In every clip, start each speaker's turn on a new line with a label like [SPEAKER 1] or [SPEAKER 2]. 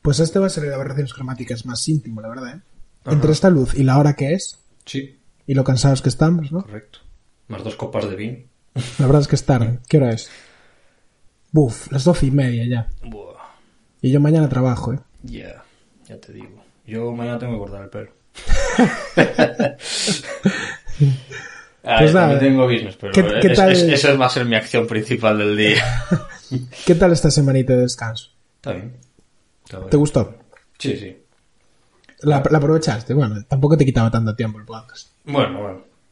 [SPEAKER 1] Pues este va a ser el aberraciones cromáticas más íntimo, la verdad, ¿eh? Entre esta luz y la hora que es,
[SPEAKER 2] Sí,
[SPEAKER 1] y lo cansados que estamos, ¿no?
[SPEAKER 2] correcto. Más dos copas de vino.
[SPEAKER 1] La verdad es que es tarde. ¿Qué hora es? Buf, las doce y media ya.
[SPEAKER 2] Buah,
[SPEAKER 1] Y yo mañana trabajo, ¿eh?
[SPEAKER 2] ya, ya te digo. Yo mañana tengo que cortar el pelo. Ah,
[SPEAKER 1] Pues
[SPEAKER 2] yo
[SPEAKER 1] nada.
[SPEAKER 2] también tengo business, pero
[SPEAKER 1] ¿Qué-
[SPEAKER 2] eh,
[SPEAKER 1] qué
[SPEAKER 2] es-
[SPEAKER 1] tal?
[SPEAKER 2] es- esa va a ser mi acción principal del día.
[SPEAKER 1] ¿Qué tal esta semanita de descanso?
[SPEAKER 2] Está bien. Está bien.
[SPEAKER 1] ¿Te gustó?
[SPEAKER 2] Sí, sí.
[SPEAKER 1] La, la aprovechaste. Bueno, tampoco te quitaba tanto tiempo el podcast.
[SPEAKER 2] Bueno,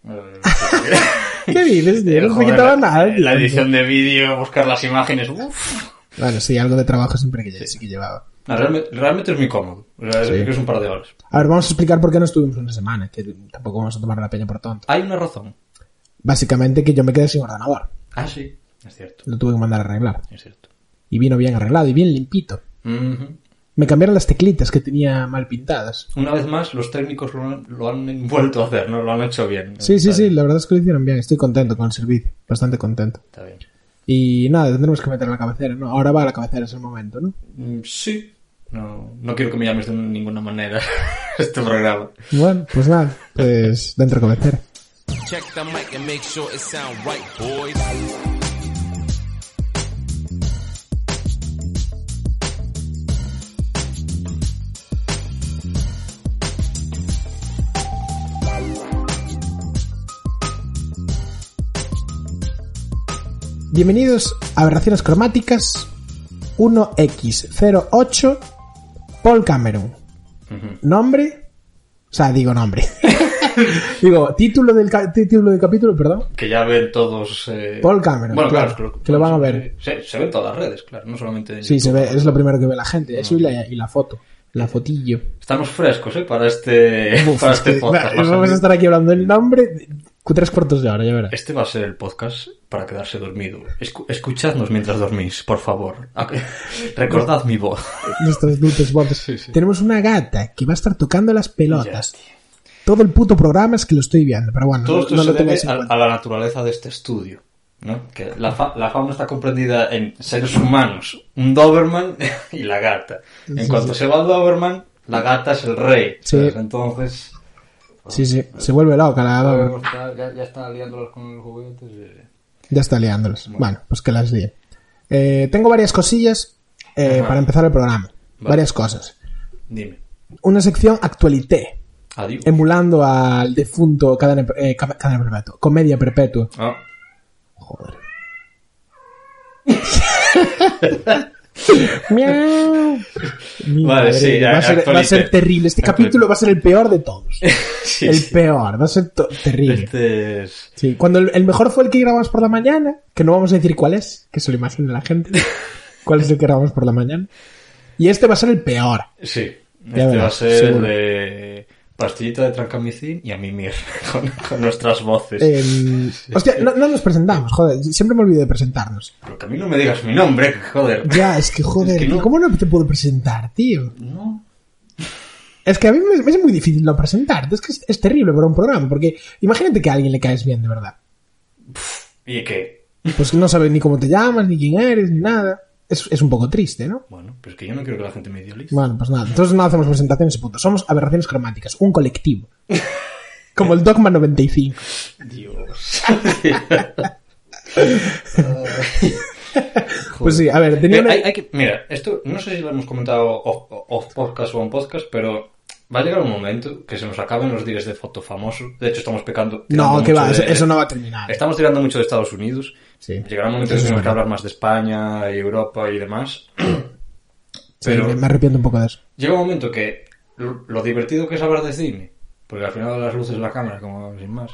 [SPEAKER 2] bueno. Eh,
[SPEAKER 1] ¿Qué dices, tío? Eh, No te
[SPEAKER 2] joder,
[SPEAKER 1] quitaba nada. ¿eh? el
[SPEAKER 2] La
[SPEAKER 1] tiempo.
[SPEAKER 2] edición de vídeo, buscar las imágenes. Uf.
[SPEAKER 1] Bueno, sí, algo de trabajo siempre que, sí que llevaba.
[SPEAKER 2] No, realmente, realmente es muy cómodo. O sea, es-
[SPEAKER 1] Sí.
[SPEAKER 2] es un par de horas.
[SPEAKER 1] A ver, vamos a explicar por qué no estuvimos una semana, que tampoco vamos a tomar la peña por tonto.
[SPEAKER 2] Hay una razón.
[SPEAKER 1] Básicamente que yo me quedé sin ordenador.
[SPEAKER 2] Ah, sí. Es cierto.
[SPEAKER 1] Lo tuve que mandar a arreglar.
[SPEAKER 2] Es cierto.
[SPEAKER 1] Y vino bien arreglado y bien limpito.
[SPEAKER 2] Ujú.
[SPEAKER 1] Me cambiaron las teclitas que tenía mal pintadas.
[SPEAKER 2] Una vez más, los técnicos lo han, lo han vuelto a hacer, ¿no? Lo han hecho bien.
[SPEAKER 1] Sí, sí,
[SPEAKER 2] Está
[SPEAKER 1] sí,
[SPEAKER 2] bien,
[SPEAKER 1] la verdad es que lo hicieron bien. Estoy contento con el servicio. Bastante contento.
[SPEAKER 2] Está bien.
[SPEAKER 1] Y nada, tendremos que meter la cabecera, ¿no? Ahora va la cabecera, es el momento, ¿no?
[SPEAKER 2] Mm, Sí. No, no quiero que me llames de ninguna manera este programa.
[SPEAKER 1] Bueno, pues nada, pues dentro cabecera.
[SPEAKER 3] Check the mic and make sure it sound right, boys.
[SPEAKER 1] Bienvenidos a Aberraciones Cromáticas 1X08 Paul Cameron. Nombre, o sea, digo nombre. digo, título del, ca- título del capítulo, perdón.
[SPEAKER 2] Que ya ven todos... eh,
[SPEAKER 1] Paul Cameron,
[SPEAKER 2] Bueno,
[SPEAKER 1] claro,
[SPEAKER 2] claro. es
[SPEAKER 1] que lo van a ver.
[SPEAKER 2] Se, se ven todas las redes, claro. No solamente en
[SPEAKER 1] Sí,
[SPEAKER 2] YouTube. Ah.
[SPEAKER 1] se ve, es lo primero que ve la gente. Eso y la, y la foto, la fotillo.
[SPEAKER 2] Estamos frescos, ¿eh? Para este,
[SPEAKER 1] Uf,
[SPEAKER 2] para
[SPEAKER 1] es
[SPEAKER 2] este
[SPEAKER 1] que, va,
[SPEAKER 2] podcast. va a
[SPEAKER 1] vamos a
[SPEAKER 2] salir.
[SPEAKER 1] estar aquí hablando del nombre cu- tres cuartos de hora, ya verás.
[SPEAKER 2] Este va a ser el podcast para quedarse dormido. Escu- escuchadnos mientras dormís, por favor. Ah, que- Recordad mi voz.
[SPEAKER 1] Nuestras dulces voces.
[SPEAKER 2] Sí, sí.
[SPEAKER 1] Tenemos una gata que va a estar tocando las pelotas.
[SPEAKER 2] Ya, tío.
[SPEAKER 1] Todo el puto programa es que lo estoy viendo, pero bueno,
[SPEAKER 2] Todo
[SPEAKER 1] no-
[SPEAKER 2] esto
[SPEAKER 1] no
[SPEAKER 2] se
[SPEAKER 1] lo
[SPEAKER 2] debe
[SPEAKER 1] tengáis en
[SPEAKER 2] a,
[SPEAKER 1] cuenta.
[SPEAKER 2] a la naturaleza de este estudio. ¿no? Que la, fa- la fauna está comprendida en seres humanos, un Doberman y la gata. En
[SPEAKER 1] Sí,
[SPEAKER 2] cuanto se va el Doberman, la gata es el rey.
[SPEAKER 1] Sí.
[SPEAKER 2] ¿sabes? Entonces,
[SPEAKER 1] Sí, sí, se vuelve loca la Doberman.
[SPEAKER 2] ya, ya están liándolos con los juguetes. eh.
[SPEAKER 1] Ya está liándolos. Bueno, pues que las líe. Eh, tengo varias cosillas eh, para empezar el programa. Varias cosas.
[SPEAKER 2] Dime.
[SPEAKER 1] Una sección actualité,
[SPEAKER 2] Adiós.
[SPEAKER 1] emulando al defunto Cadena, eh, Ca- Cadena Perpetua, Comedia Perpetua.
[SPEAKER 2] Ah,
[SPEAKER 1] Joder. Miau. Mi
[SPEAKER 2] Vale, sí, ya,
[SPEAKER 1] va, a ser, va a ser
[SPEAKER 2] actualité.
[SPEAKER 1] terrible. Este
[SPEAKER 2] Actualité.
[SPEAKER 1] capítulo va a ser el peor de todos.
[SPEAKER 2] sí,
[SPEAKER 1] el
[SPEAKER 2] sí.
[SPEAKER 1] peor, va a ser to- terrible.
[SPEAKER 2] Este es...
[SPEAKER 1] Sí, cuando el, el mejor fue el que grabamos por la mañana, que no vamos a decir cuál es, que se lo imagine la gente, cuál es el que grabamos por la mañana. Y este va a ser el peor.
[SPEAKER 2] Sí,
[SPEAKER 1] Ya
[SPEAKER 2] este
[SPEAKER 1] verás,
[SPEAKER 2] va a ser el
[SPEAKER 1] seguro.
[SPEAKER 2] de pastillita de trancamicin y a mimir con, con nuestras voces.
[SPEAKER 1] Eh, hostia, no, no nos presentamos, joder, siempre me olvido de presentarnos.
[SPEAKER 2] Pero que a mí no me digas mi nombre, que joder.
[SPEAKER 1] Ya, es que joder,
[SPEAKER 2] Es que no.
[SPEAKER 1] ¿cómo no te puedo presentar, tío?
[SPEAKER 2] No.
[SPEAKER 1] Es que a mí me, me es muy difícil no presentarte, es que es, es terrible para un programa, porque imagínate que a alguien le caes bien, de verdad.
[SPEAKER 2] ¿Y qué?
[SPEAKER 1] Pues no sabes ni cómo te llamas, ni quién eres, ni nada. Es, es un poco triste, ¿no?
[SPEAKER 2] Bueno, pero es que yo no quiero que la gente me idealice.
[SPEAKER 1] Bueno, pues nada, entonces no hacemos presentaciones y punto. Somos aberraciones cromáticas, un colectivo. Como el Dogma 95.
[SPEAKER 2] Dios.
[SPEAKER 1] Pues sí, a ver, tenía
[SPEAKER 2] Eh,
[SPEAKER 1] una-
[SPEAKER 2] hay- hay que- mira, esto no sé si lo hemos comentado off, off podcast o on podcast, pero va a llegar un momento que se nos acaben los días de foto famoso. De hecho, estamos pecando.
[SPEAKER 1] No,
[SPEAKER 2] tirando
[SPEAKER 1] que va,
[SPEAKER 2] mucho
[SPEAKER 1] eso,
[SPEAKER 2] de- Eh,
[SPEAKER 1] eso no va a terminar.
[SPEAKER 2] Estamos tirando mucho de Estados Unidos.
[SPEAKER 1] Sí.
[SPEAKER 2] Llegará un momento
[SPEAKER 1] Eso es
[SPEAKER 2] que tenemos que
[SPEAKER 1] verdad.
[SPEAKER 2] hablar más de España, y Europa y demás.
[SPEAKER 1] Sí,
[SPEAKER 2] pero-
[SPEAKER 1] me- me arrepiento un poco de eso.
[SPEAKER 2] Llega un momento que lo, lo divertido que es hablar de cine, porque al final las luces, la cámara, como sin más,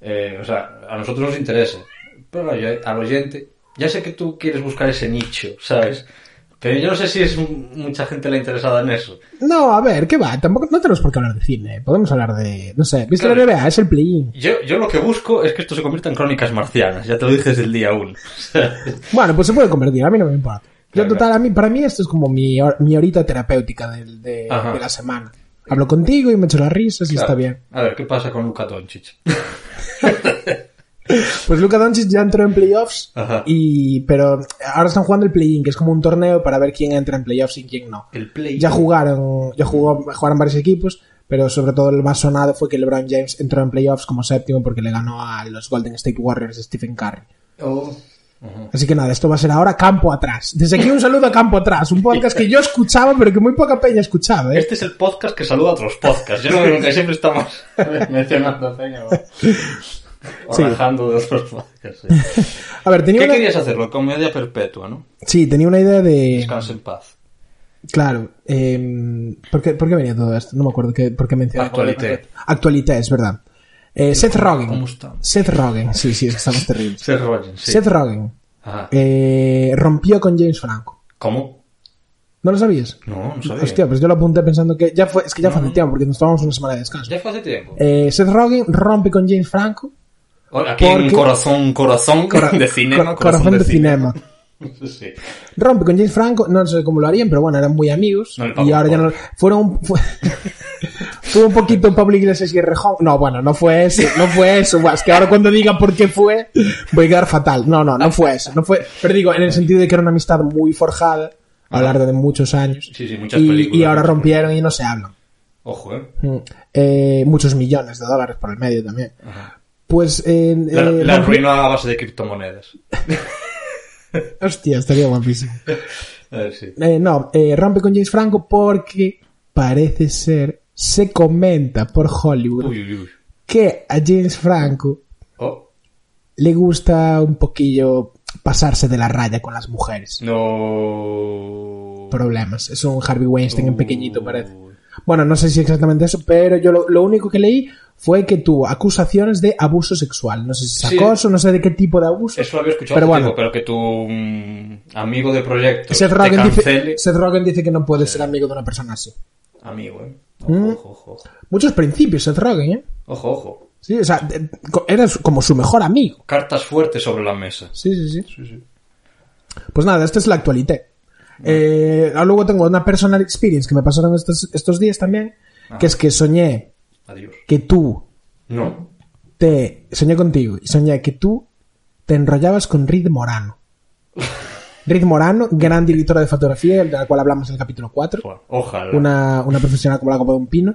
[SPEAKER 2] eh, o sea, a nosotros nos interesa, pero al oy- al oyente, ya sé que tú quieres buscar ese nicho, ¿sabes? Que yo no sé si es un- mucha gente la interesada en eso.
[SPEAKER 1] No, a ver, ¿qué va? Tampoco, no tenemos por qué hablar de cine. Podemos hablar de. No sé, ¿viste
[SPEAKER 2] Claro.
[SPEAKER 1] la NBA? Es el play
[SPEAKER 2] Yo, yo lo que busco es que esto se convierta en crónicas marcianas, ya te lo dije desde el día 1.
[SPEAKER 1] Bueno, pues se puede convertir, a mí no me importa. Yo,
[SPEAKER 2] Claro,
[SPEAKER 1] total, a mí, para mí esto es como mi, hor- mi horita terapéutica del- de,
[SPEAKER 2] Ajá.
[SPEAKER 1] de la semana. Hablo contigo y me echo las risas y está bien.
[SPEAKER 2] A ver, ¿qué pasa con Luka Doncic?
[SPEAKER 1] Pues Luka Doncic ya entró en playoffs,
[SPEAKER 2] Ajá.
[SPEAKER 1] y pero ahora están jugando el play-in, que es como un torneo para ver quién entra en playoffs y quién no.
[SPEAKER 2] El play.
[SPEAKER 1] Ya jugaron, ya jugó, jugaron varios equipos, pero sobre todo el más sonado fue que LeBron James entró en playoffs como séptimo porque le ganó a los Golden State Warriors de Stephen Curry.
[SPEAKER 2] Oh.
[SPEAKER 1] Así que nada, esto va a ser ahora campo atrás. Desde aquí un saludo a campo atrás, un podcast que yo escuchaba pero que muy poca peña escuchaba. ¿eh?
[SPEAKER 2] Este es el podcast que saluda a otros podcasts. Yo creo que siempre estamos mencionando a Peña. ¿no? O
[SPEAKER 1] Sí.
[SPEAKER 2] rajando de otros podcasts. sí.
[SPEAKER 1] A ver, tenía
[SPEAKER 2] ¿Qué
[SPEAKER 1] una,
[SPEAKER 2] querías hacerlo? Comedia perpetua, ¿no?
[SPEAKER 1] sí, tenía una idea de
[SPEAKER 2] Descanso en paz.
[SPEAKER 1] Claro. Eh, ¿por, qué, por qué venía todo esto? No me acuerdo qué, por qué mencioné.
[SPEAKER 2] Actualité.
[SPEAKER 1] Actualité, es verdad. Eh, Seth Rogen.
[SPEAKER 2] ¿Cómo estamos?
[SPEAKER 1] Seth Rogen. Sí, sí, es que estamos terribles.
[SPEAKER 2] Seth Rogen, sí.
[SPEAKER 1] Seth Rogen
[SPEAKER 2] Ajá.
[SPEAKER 1] eh, rompió con James Franco.
[SPEAKER 2] ¿Cómo?
[SPEAKER 1] ¿No lo sabías?
[SPEAKER 2] No, no sabía.
[SPEAKER 1] Hostia, pues yo lo apunté pensando que ya fue, es que ya fue hace tiempo porque nos tomamos una semana de descanso.
[SPEAKER 2] Ya fue hace tiempo.
[SPEAKER 1] Eh, Seth Rogen rompe con James Franco.
[SPEAKER 2] Hola, Aquí en
[SPEAKER 1] porque-
[SPEAKER 2] Corazón, Corazón
[SPEAKER 1] Cora-
[SPEAKER 2] de Cinema.
[SPEAKER 1] cor- corazón de cinema.
[SPEAKER 2] Sí.
[SPEAKER 1] Rompe con James Franco, no sé cómo lo harían, pero bueno, eran muy amigos.
[SPEAKER 2] No le pagó
[SPEAKER 1] y ahora ya no.
[SPEAKER 2] por-
[SPEAKER 1] Fueron. un- Fue, fue un poquito Pablo Iglesias y Rejón. No, bueno, no fue eso, no fue eso. Buah, Es que ahora cuando diga por qué fue, voy a quedar fatal. No, no, no fue eso. No fue, pero digo, en el sentido de que era una amistad muy forjada a lo largo de muchos años.
[SPEAKER 2] Sí, sí, muchas
[SPEAKER 1] y,
[SPEAKER 2] películas.
[SPEAKER 1] Y ahora rompieron y no se hablan.
[SPEAKER 2] Ojo, ¿eh?
[SPEAKER 1] Mm. Eh, muchos millones de dólares por el medio también.
[SPEAKER 2] Ajá.
[SPEAKER 1] Pues. Eh,
[SPEAKER 2] La,
[SPEAKER 1] eh,
[SPEAKER 2] la
[SPEAKER 1] rompi-
[SPEAKER 2] arruinó a base de criptomonedas.
[SPEAKER 1] Hostia, estaría guapísimo.
[SPEAKER 2] A ver, sí.
[SPEAKER 1] Eh, no, eh, rompe con James Franco porque parece ser, se comenta por Hollywood
[SPEAKER 2] Uy, uy, uy.
[SPEAKER 1] que a James Franco
[SPEAKER 2] Oh,
[SPEAKER 1] le gusta un poquillo pasarse de la raya con las mujeres.
[SPEAKER 2] no.
[SPEAKER 1] Problemas. Es un Harvey Weinstein en
[SPEAKER 2] Uy.
[SPEAKER 1] pequeñito, parece. Bueno, no sé si exactamente eso, pero yo lo, lo único que leí fue que tuvo acusaciones de abuso sexual. No sé si es
[SPEAKER 2] Sí.
[SPEAKER 1] acoso, no sé de qué tipo de abuso.
[SPEAKER 2] Eso lo había escuchado
[SPEAKER 1] Pero
[SPEAKER 2] hace
[SPEAKER 1] bueno.
[SPEAKER 2] tiempo, pero que tu mm, amigo de proyecto
[SPEAKER 1] Seth
[SPEAKER 2] te
[SPEAKER 1] Rogen,
[SPEAKER 2] cancele.
[SPEAKER 1] dice, Seth Rogen dice que no puede ser amigo de una persona así.
[SPEAKER 2] Amigo, ¿eh? Ojo,
[SPEAKER 1] Mm.
[SPEAKER 2] ojo, ojo.
[SPEAKER 1] Muchos principios, Seth Rogen, ¿eh?
[SPEAKER 2] Ojo, ojo.
[SPEAKER 1] Sí, o sea, de- co- era su- como su mejor amigo.
[SPEAKER 2] Cartas fuertes sobre la mesa.
[SPEAKER 1] Sí, sí, sí. Pues nada, esta es la actualidad. Eh, ah, luego tengo una personal experience que me pasaron estos, estos días también, que es que soñé
[SPEAKER 2] Adiós.
[SPEAKER 1] que tú
[SPEAKER 2] No.
[SPEAKER 1] te... Soñé contigo y soñé que tú te enrollabas con Reed Morano. Reed Morano, gran directora de fotografía, de la cual hablamos en el capítulo 4.
[SPEAKER 2] Buah, Ojalá.
[SPEAKER 1] Una, una profesional como la copa de un pino.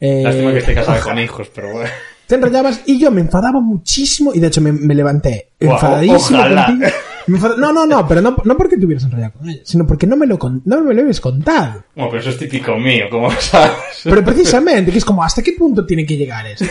[SPEAKER 1] Eh,
[SPEAKER 2] Lástima que esté casada con hijos, pero bueno.
[SPEAKER 1] te enrollabas y yo me enfadaba muchísimo y de hecho me, me levanté
[SPEAKER 2] Guau,
[SPEAKER 1] enfadadísimo
[SPEAKER 2] ojalá.
[SPEAKER 1] contigo. Me enfada- No, no, no, pero no, no porque te hubieras enrollado con ella, sino porque no me lo, con- no me lo habías contado.
[SPEAKER 2] Bueno, pero eso es típico mío, como sabes.
[SPEAKER 1] Pero precisamente, que es como, ¿hasta qué punto tiene que llegar esto?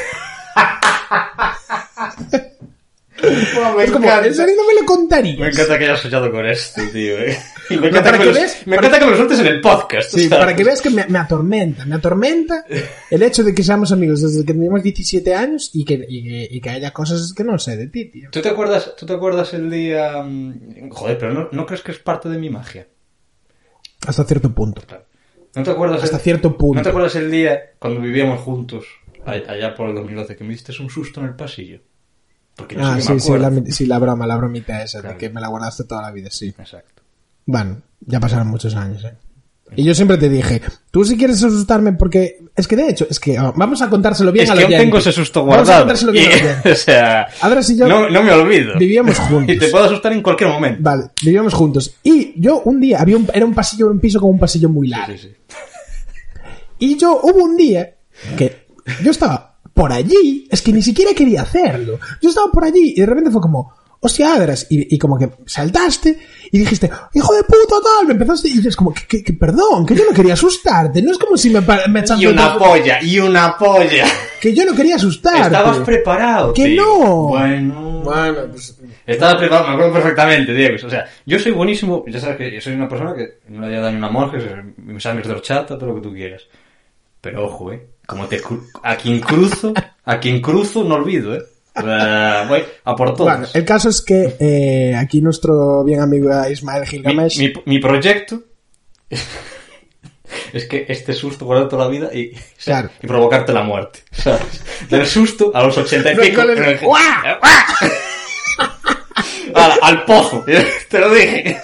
[SPEAKER 1] Es como, en serio no me lo contarías.
[SPEAKER 2] Me encanta que hayas soñado con esto, tío, eh. Me
[SPEAKER 1] para
[SPEAKER 2] encanta, que,
[SPEAKER 1] que
[SPEAKER 2] me lo-
[SPEAKER 1] veas-
[SPEAKER 2] me encanta que me lo sueltes en el podcast.
[SPEAKER 1] Sí,
[SPEAKER 2] ¿sabes?
[SPEAKER 1] para que veas que me, me atormenta, me atormenta el hecho de que seamos amigos desde que teníamos 17 años y que, y que- y que haya cosas que no sé de ti, tío.
[SPEAKER 2] ¿Tú te acuerdas, tú te acuerdas el día... mm, Joder, pero no, no crees que es parte de mi magia.
[SPEAKER 1] Hasta cierto punto.
[SPEAKER 2] Claro. ¿No te acuerdas
[SPEAKER 1] Hasta
[SPEAKER 2] el-
[SPEAKER 1] cierto punto.
[SPEAKER 2] ¿No te acuerdas el día cuando vivíamos juntos, a- allá por el 2012, que me diste un susto en el pasillo? Porque yo
[SPEAKER 1] Ah,
[SPEAKER 2] sí que
[SPEAKER 1] sí,
[SPEAKER 2] me
[SPEAKER 1] sí
[SPEAKER 2] acuerdo.
[SPEAKER 1] la, sí, la broma, la bromita esa,
[SPEAKER 2] Claro.
[SPEAKER 1] de que me la guardaste toda la vida, sí.
[SPEAKER 2] Exacto.
[SPEAKER 1] Bueno, ya pasaron muchos años, ¿eh? Y yo siempre te dije, tú si quieres asustarme, porque es que de hecho, es que ah, vamos a contárselo bien
[SPEAKER 2] es
[SPEAKER 1] a
[SPEAKER 2] que
[SPEAKER 1] la
[SPEAKER 2] aún tengo ese susto
[SPEAKER 1] Vamos a
[SPEAKER 2] guardado.
[SPEAKER 1] contárselo bien
[SPEAKER 2] Y-
[SPEAKER 1] a la gente.
[SPEAKER 2] o sea,
[SPEAKER 1] Ahora sí yo-
[SPEAKER 2] no, no me olvido.
[SPEAKER 1] Vivíamos juntos.
[SPEAKER 2] Y te puedo asustar en cualquier momento.
[SPEAKER 1] Vale, vivíamos juntos. Y yo un día, había un, era un pasillo, un piso con un pasillo muy largo.
[SPEAKER 2] Sí, sí, sí.
[SPEAKER 1] Y yo hubo un día que yo estaba por allí, es que ni siquiera quería hacerlo. Yo estaba por allí y de repente fue como, hostia, Adras, y, y como que saltaste y dijiste, hijo de puta, tal, me empezaste y yo es como, que, que- que perdón, que yo no quería asustarte, no es como si me, pa- me echaste
[SPEAKER 2] Y una
[SPEAKER 1] otra-
[SPEAKER 2] polla, y una polla.
[SPEAKER 1] que yo no quería asustarte.
[SPEAKER 2] Estabas preparado.
[SPEAKER 1] Que
[SPEAKER 2] tío.
[SPEAKER 1] no.
[SPEAKER 2] Bueno.
[SPEAKER 1] Bueno, pues...
[SPEAKER 2] Estaba preparado, me acuerdo perfectamente, Diego. O sea, yo soy buenísimo, ya sabes que yo soy una persona que no le da ni una morja, mis amigos de horchata, todo lo que tú quieras. Pero ojo, eh, como te cru- a quien cruzo, a quien cruzo no olvido, eh. O sea, voy a por
[SPEAKER 1] Bueno,
[SPEAKER 2] todas.
[SPEAKER 1] el caso es que eh, aquí nuestro bien amigo Ismael
[SPEAKER 2] mi,
[SPEAKER 1] Gilgamesh
[SPEAKER 2] mi- mi proyecto Es que este susto guarda toda la vida y, o sea,
[SPEAKER 1] Claro.
[SPEAKER 2] y provocarte la muerte. ¿sabes? Del susto a los 80 y
[SPEAKER 1] No,
[SPEAKER 2] pico.
[SPEAKER 1] no, no.
[SPEAKER 2] pero dije,
[SPEAKER 1] ¡Guau!
[SPEAKER 2] "Ala, al pozo. Te lo dije.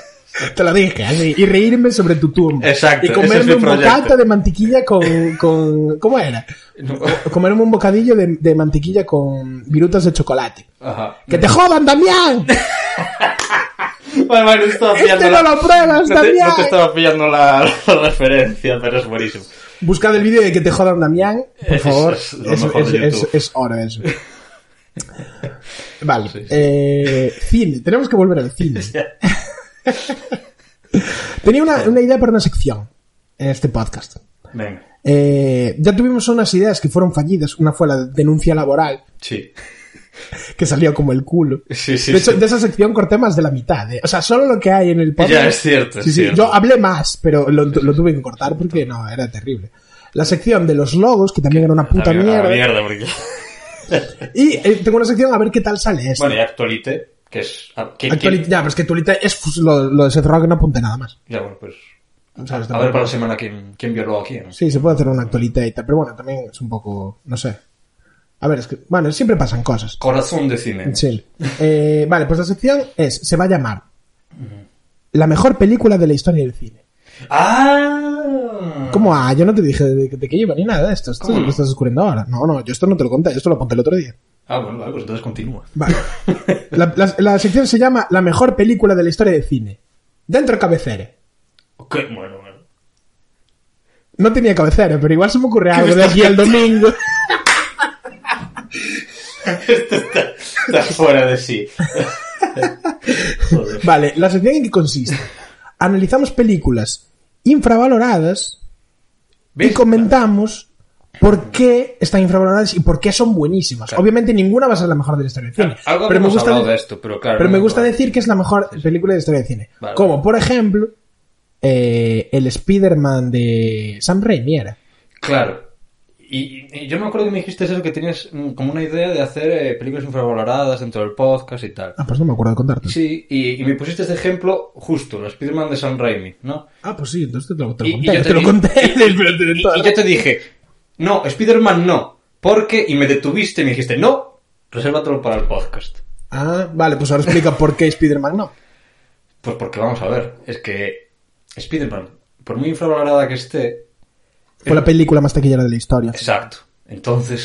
[SPEAKER 1] Te lo dije, así. Y reírme sobre tu tumba.
[SPEAKER 2] Exacto,
[SPEAKER 1] Y
[SPEAKER 2] ese es
[SPEAKER 1] comerme
[SPEAKER 2] mi
[SPEAKER 1] un
[SPEAKER 2] proyecto.
[SPEAKER 1] bocata de mantequilla con, con... ¿Cómo era?
[SPEAKER 2] No.
[SPEAKER 1] Comerme un bocadillo de, de mantequilla con virutas de chocolate.
[SPEAKER 2] Ajá.
[SPEAKER 1] ¡Que te jodan, Damián!
[SPEAKER 2] Bueno, bueno, estaba
[SPEAKER 1] Este
[SPEAKER 2] pillando
[SPEAKER 1] no lo pruebas,
[SPEAKER 2] no te,
[SPEAKER 1] Damián.
[SPEAKER 2] no te estaba pillando la, la referencia, pero es buenísimo.
[SPEAKER 1] Buscad el vídeo de que te jodan, Damián. Por
[SPEAKER 2] Es-
[SPEAKER 1] favor.
[SPEAKER 2] es lo mejor de
[SPEAKER 1] es-
[SPEAKER 2] YouTube.
[SPEAKER 1] es oro eso. Vale.
[SPEAKER 2] Sí, sí.
[SPEAKER 1] eh, cine. Tenemos que volver al cine. Tenía una, una idea para una sección en este podcast.
[SPEAKER 2] Venga.
[SPEAKER 1] Eh, ya tuvimos unas ideas que fueron fallidas. Una fue la denuncia laboral,
[SPEAKER 2] Sí.
[SPEAKER 1] que salió como el culo.
[SPEAKER 2] Sí, sí.
[SPEAKER 1] de hecho,
[SPEAKER 2] sí.
[SPEAKER 1] de esa sección corté más de la mitad. eh. O sea, solo lo que hay en el podcast.
[SPEAKER 2] Ya, es cierto, es
[SPEAKER 1] Sí, sí,
[SPEAKER 2] cierto.
[SPEAKER 1] Yo hablé más, pero lo, lo tuve que cortar porque no, era terrible. La sección de los logos, que también era una puta
[SPEAKER 2] A la- a la
[SPEAKER 1] mierda.
[SPEAKER 2] Ah, mierda porque...
[SPEAKER 1] Y eh, tengo una sección a ver qué tal sale esto.
[SPEAKER 2] Bueno, y actualite, que es... ah, que- que-
[SPEAKER 1] Actuali- ya, pero es que tú ahorita es pues, lo, lo de Seth Rogen no apunte nada más.
[SPEAKER 2] Ya, bueno, pues...
[SPEAKER 1] O sea,
[SPEAKER 2] A ver para la semana quién, quién violó a quién.
[SPEAKER 1] Sí, se puede hacer una actualidad y tal, pero bueno, también es un poco, no sé. A ver, es que, bueno, siempre pasan cosas.
[SPEAKER 2] Corazón de cine.
[SPEAKER 1] Sí. Eh, vale, pues la sección es, se va a llamar La mejor película de la historia del cine.
[SPEAKER 2] ¡Ah!
[SPEAKER 1] ¿Cómo? Ah, yo no te dije de, de qué iba ni nada de esto. Esto
[SPEAKER 2] ¿Cómo
[SPEAKER 1] lo
[SPEAKER 2] no?
[SPEAKER 1] estás descubriendo ahora. No, no, yo esto no te lo conté, yo esto lo conté el otro día.
[SPEAKER 2] Ah, bueno, vale, pues entonces continúa.
[SPEAKER 1] Vale. La, la- la sección se llama La mejor película de la historia del cine. Dentro cabecera.
[SPEAKER 2] Ok, bueno, bueno.
[SPEAKER 1] No tenía cabecera, pero igual se me ocurre
[SPEAKER 2] me
[SPEAKER 1] algo de
[SPEAKER 2] estás
[SPEAKER 1] aquí al domingo.
[SPEAKER 2] Estás fuera de sí. Joder.
[SPEAKER 1] Vale, la sección en qué consiste. Analizamos películas infravaloradas y
[SPEAKER 2] ¿Ves?
[SPEAKER 1] comentamos por qué están infravaloradas y por qué son buenísimas.
[SPEAKER 2] Claro.
[SPEAKER 1] Obviamente ninguna va a ser la mejor de la historia del cine.
[SPEAKER 2] Claro, algo
[SPEAKER 1] pero me
[SPEAKER 2] hemos
[SPEAKER 1] gusta,
[SPEAKER 2] hablado
[SPEAKER 1] de-
[SPEAKER 2] de esto, pero claro,
[SPEAKER 1] pero
[SPEAKER 2] no
[SPEAKER 1] me
[SPEAKER 2] me
[SPEAKER 1] gusta
[SPEAKER 2] acuerdo.
[SPEAKER 1] decir que es la mejor película de la historia del cine.
[SPEAKER 2] Vale,
[SPEAKER 1] Como,
[SPEAKER 2] vale.
[SPEAKER 1] por ejemplo, eh, el Spider-Man de Sam Raimi era.
[SPEAKER 2] Claro. Y, y yo me acuerdo que me dijiste eso, que tenías mm, como una idea de hacer eh, películas infravaloradas dentro del podcast y tal.
[SPEAKER 1] Ah, pues no me acuerdo de contarte.
[SPEAKER 2] Sí, y, y me pusiste este ejemplo justo, el Spider-Man de Sam Raimi, ¿no?
[SPEAKER 1] Ah, pues sí, entonces te lo, te lo
[SPEAKER 2] Y- y
[SPEAKER 1] conté.
[SPEAKER 2] yo
[SPEAKER 1] te
[SPEAKER 2] te
[SPEAKER 1] lo
[SPEAKER 2] di-
[SPEAKER 1] conté.
[SPEAKER 2] Y, y yo te dije, no, Spider-Man no, porque, y me detuviste y me dijiste, no, resérvatelo para el podcast.
[SPEAKER 1] Ah, vale, pues ahora explica por qué Spider-Man no.
[SPEAKER 2] Pues porque vamos a ver, es que Spider-Man, por muy infravalorada que esté,
[SPEAKER 1] Fue
[SPEAKER 2] Eh.
[SPEAKER 1] la película más taquillera de la historia.
[SPEAKER 2] exacto, entonces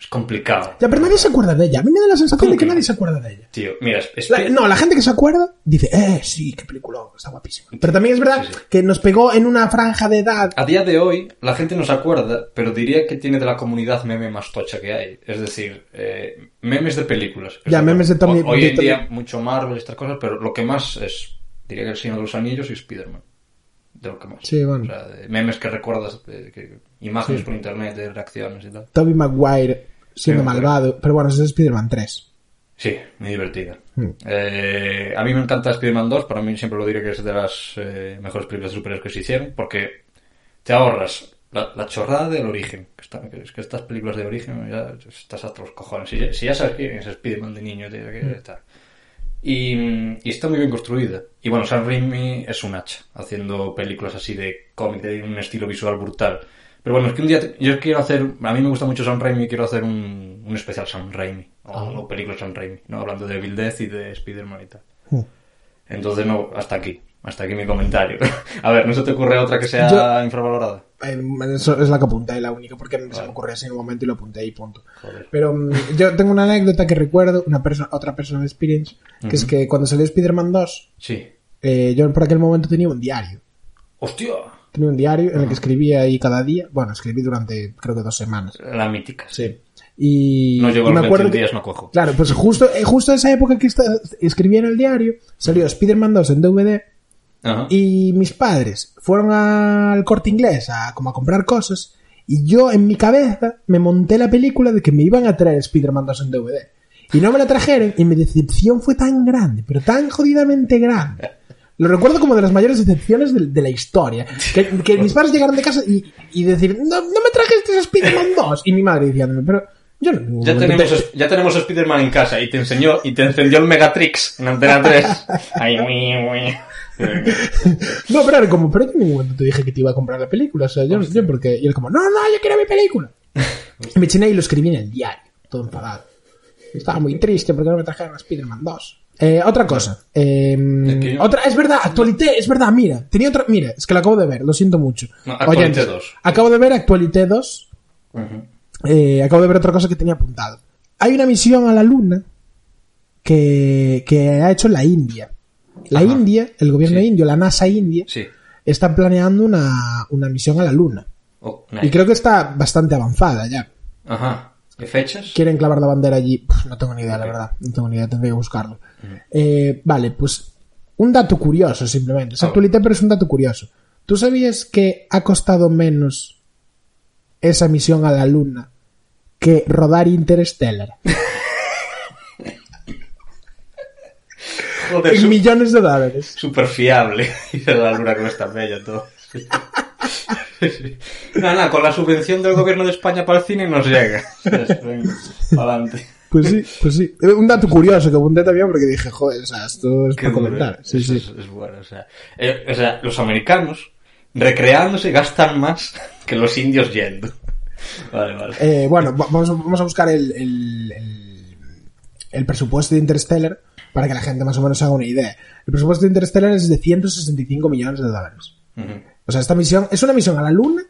[SPEAKER 2] es complicado,
[SPEAKER 1] Ya, pero nadie se acuerda de ella. A mí me da la sensación
[SPEAKER 2] ¿Cómo
[SPEAKER 1] de que
[SPEAKER 2] que no?
[SPEAKER 1] nadie se acuerda de ella.
[SPEAKER 2] tío. Mira,
[SPEAKER 1] La-
[SPEAKER 2] Spider-
[SPEAKER 1] no, la gente que se acuerda dice, eh, sí, qué película, está guapísima. Pero también es verdad
[SPEAKER 2] Sí, Ah. sí.
[SPEAKER 1] que nos pegó en una franja de edad.
[SPEAKER 2] a día de hoy la gente no se acuerda, pero diría que tiene de la comunidad meme más tocha que hay. Es decir, eh, memes de películas.
[SPEAKER 1] Ya, memes de Tommy-
[SPEAKER 2] Hoy
[SPEAKER 1] de
[SPEAKER 2] en
[SPEAKER 1] Tommy-
[SPEAKER 2] día mucho Marvel, estas cosas, pero lo que más es, diría que el Señor de los Anillos y Spider-Man. De lo que más.
[SPEAKER 1] Sí, bueno.
[SPEAKER 2] O sea, de memes que recuerdas, eh, que- imágenes por internet de reacciones y tal.
[SPEAKER 1] Toby Maguire siendo
[SPEAKER 2] Sí, me acuerdo.
[SPEAKER 1] malvado. Pero bueno, ese es Spider-Man 3.
[SPEAKER 2] Sí, muy divertida.
[SPEAKER 1] Mm.
[SPEAKER 2] Eh, a mí me encanta Spider-Man 2, para mí siempre lo diré que es de las eh, mejores películas de superhéroes que se hicieron, porque te ahorras la, la chorrada del origen. Que está- que es que estas películas de origen ya estás hasta los cojones. Si, ya- si ya sabes quién es Spider-Man de niño, tío, que está. Y, mm, y está muy bien construida. Y bueno, Sam Raimi es un hacha, haciendo películas así de cómic, de un estilo visual brutal. Pero bueno, es que un día te- yo quiero hacer, a mí me gusta mucho Sam Raimi, quiero hacer un, un especial Sam Raimi, o,
[SPEAKER 1] Ah.
[SPEAKER 2] o películas Sam Raimi, ¿no? hablando de Bill Death y de Spider-Man y tal.
[SPEAKER 1] Hmm.
[SPEAKER 2] Entonces, no, hasta aquí, hasta aquí mi comentario. a ver, ¿no se te ocurre otra que sea
[SPEAKER 1] Yo-
[SPEAKER 2] infravalorada?
[SPEAKER 1] Eh, Eso es la que apunté, la única, porque se
[SPEAKER 2] Ah.
[SPEAKER 1] me ocurrió así en un momento y lo apunté y punto.
[SPEAKER 2] Joder.
[SPEAKER 1] Pero mm, yo tengo una anécdota que recuerdo, una persona, otra persona de Experience, que es que cuando salió Spider-Man 2,
[SPEAKER 2] Sí.
[SPEAKER 1] eh, yo por aquel momento tenía un diario.
[SPEAKER 2] ¡Hostia!
[SPEAKER 1] Tenía un diario
[SPEAKER 2] Ah.
[SPEAKER 1] en el que escribía ahí cada día. Bueno, escribí durante creo que dos semanas.
[SPEAKER 2] La mítica.
[SPEAKER 1] Sí. Y,
[SPEAKER 2] No llego
[SPEAKER 1] y
[SPEAKER 2] a
[SPEAKER 1] me
[SPEAKER 2] los
[SPEAKER 1] acuerdo
[SPEAKER 2] 21
[SPEAKER 1] que-
[SPEAKER 2] días, no cojo.
[SPEAKER 1] Claro, pues justo, eh, justo esa época que está, escribía en el diario, salió Spider-Man 2 en DVD
[SPEAKER 2] Ajá.
[SPEAKER 1] y mis padres fueron al corte inglés a, como a comprar cosas y yo en mi cabeza me monté la película de que me iban a traer Spider-Man 2 en DVD. Y no me la trajeron y mi decepción fue tan grande, pero tan jodidamente grande. Lo recuerdo como de las mayores decepciones de, de la historia. Que, que mis padres llegaron de casa y, y decir, no, no me trajiste Spider-Man 2. Y mi madre diciéndome, pero yo no...
[SPEAKER 2] Ya
[SPEAKER 1] no te-
[SPEAKER 2] tenemos, ya tenemos a Spider-Man en casa y te enseñó y te encendió el Megatrix en Antena 3. Ay, uy, uy.
[SPEAKER 1] No, pero era como, pero yo en ningún momento te dije que te iba a comprar la película. O sea, yo, yo porque. Y él como, no, no, yo quiero mi película. Y me chiné y lo escribí en el diario, todo enfadado. Estaba muy triste porque no me trajeron a Spider-Man 2. Eh, otra cosa. eh,
[SPEAKER 2] que yo-
[SPEAKER 1] Otra, es verdad, actualité, es verdad, mira. Tenía otra, mira, es que la acabo de ver, lo siento mucho.
[SPEAKER 2] No, Actualité
[SPEAKER 1] Oyentes,
[SPEAKER 2] 2.
[SPEAKER 1] Acabo de ver actualité 2.
[SPEAKER 2] Ujú.
[SPEAKER 1] Eh, acabo de ver otra cosa que tenía apuntado. Hay una misión a la luna que, que ha hecho la India. La
[SPEAKER 2] Ajá.
[SPEAKER 1] India, el gobierno
[SPEAKER 2] Sí.
[SPEAKER 1] indio, la NASA india,
[SPEAKER 2] Sí.
[SPEAKER 1] está planeando una, una misión a la luna.
[SPEAKER 2] Oh,
[SPEAKER 1] Y
[SPEAKER 2] nice.
[SPEAKER 1] creo que está bastante avanzada ya.
[SPEAKER 2] Ajá. ¿Y fechas?
[SPEAKER 1] Quieren clavar la bandera allí. Puf, no tengo ni idea, la verdad. No tengo ni idea, tendría que buscarlo. Eh, vale, pues un dato curioso simplemente. Es
[SPEAKER 2] Ah,
[SPEAKER 1] actualidad, pero es un dato curioso. ¿Tú sabías que ha costado menos esa misión a la luna que rodar Interstellar?
[SPEAKER 2] Joder,
[SPEAKER 1] En
[SPEAKER 2] su-
[SPEAKER 1] millones de dólares.
[SPEAKER 2] súper fiable. Y de la luna con esta bella todo. No, no, con la subvención del gobierno de España para el cine nos llega. Adelante.
[SPEAKER 1] Pues sí, pues sí. Eh, Un dato curioso que apunté también porque dije, joder, o sea, esto es para comentar. Sí,
[SPEAKER 2] ¿eh? Eso
[SPEAKER 1] sí.
[SPEAKER 2] Es, es bueno, o sea, eh, o sea, los americanos recreándose gastan más que los indios yendo. Vale, vale.
[SPEAKER 1] Eh, bueno, va- vamos, a- vamos a buscar el, el- el- el presupuesto de Interstellar para que la gente más o menos haga una idea. El presupuesto de Interstellar es de 165 millones de dólares.
[SPEAKER 2] Ujú.
[SPEAKER 1] O sea, esta misión es una misión a la luna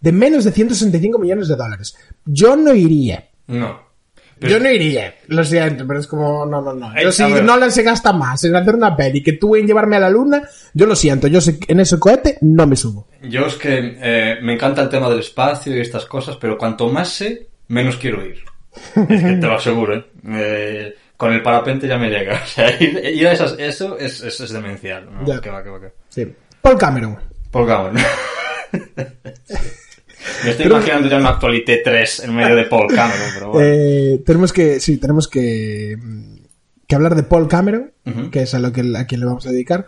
[SPEAKER 1] de menos de 165 millones de dólares. Yo no iría.
[SPEAKER 2] No. Pero-
[SPEAKER 1] Yo no iría, lo siento, pero es como, no, no, no. Yo
[SPEAKER 2] Ay,
[SPEAKER 1] si
[SPEAKER 2] a ver.
[SPEAKER 1] Nolan se gasta más en hacer una peli que tú en llevarme a la luna, yo lo siento, yo sé que en ese cohete no me subo.
[SPEAKER 2] Yo es que eh, me encanta el tema del espacio y estas cosas, pero cuanto más sé, menos quiero ir. Es que te lo aseguro, ¿eh? Eh, con el parapente ya me llega. O sea, ir, ir a esas- eso es, es- es demencial. ¿no?
[SPEAKER 1] Ya.
[SPEAKER 2] Que va, que va, que va.
[SPEAKER 1] Sí. Paul Cameron.
[SPEAKER 2] Por Gabon. Me estoy
[SPEAKER 1] Pero-
[SPEAKER 2] imaginando ya una actualité 3 en medio de Paul Cameron, pero bueno.
[SPEAKER 1] Eh, tenemos que, sí, tenemos que, mm, que hablar de Paul Cameron,
[SPEAKER 2] Ujú.
[SPEAKER 1] que es a lo que a quien le vamos a dedicar.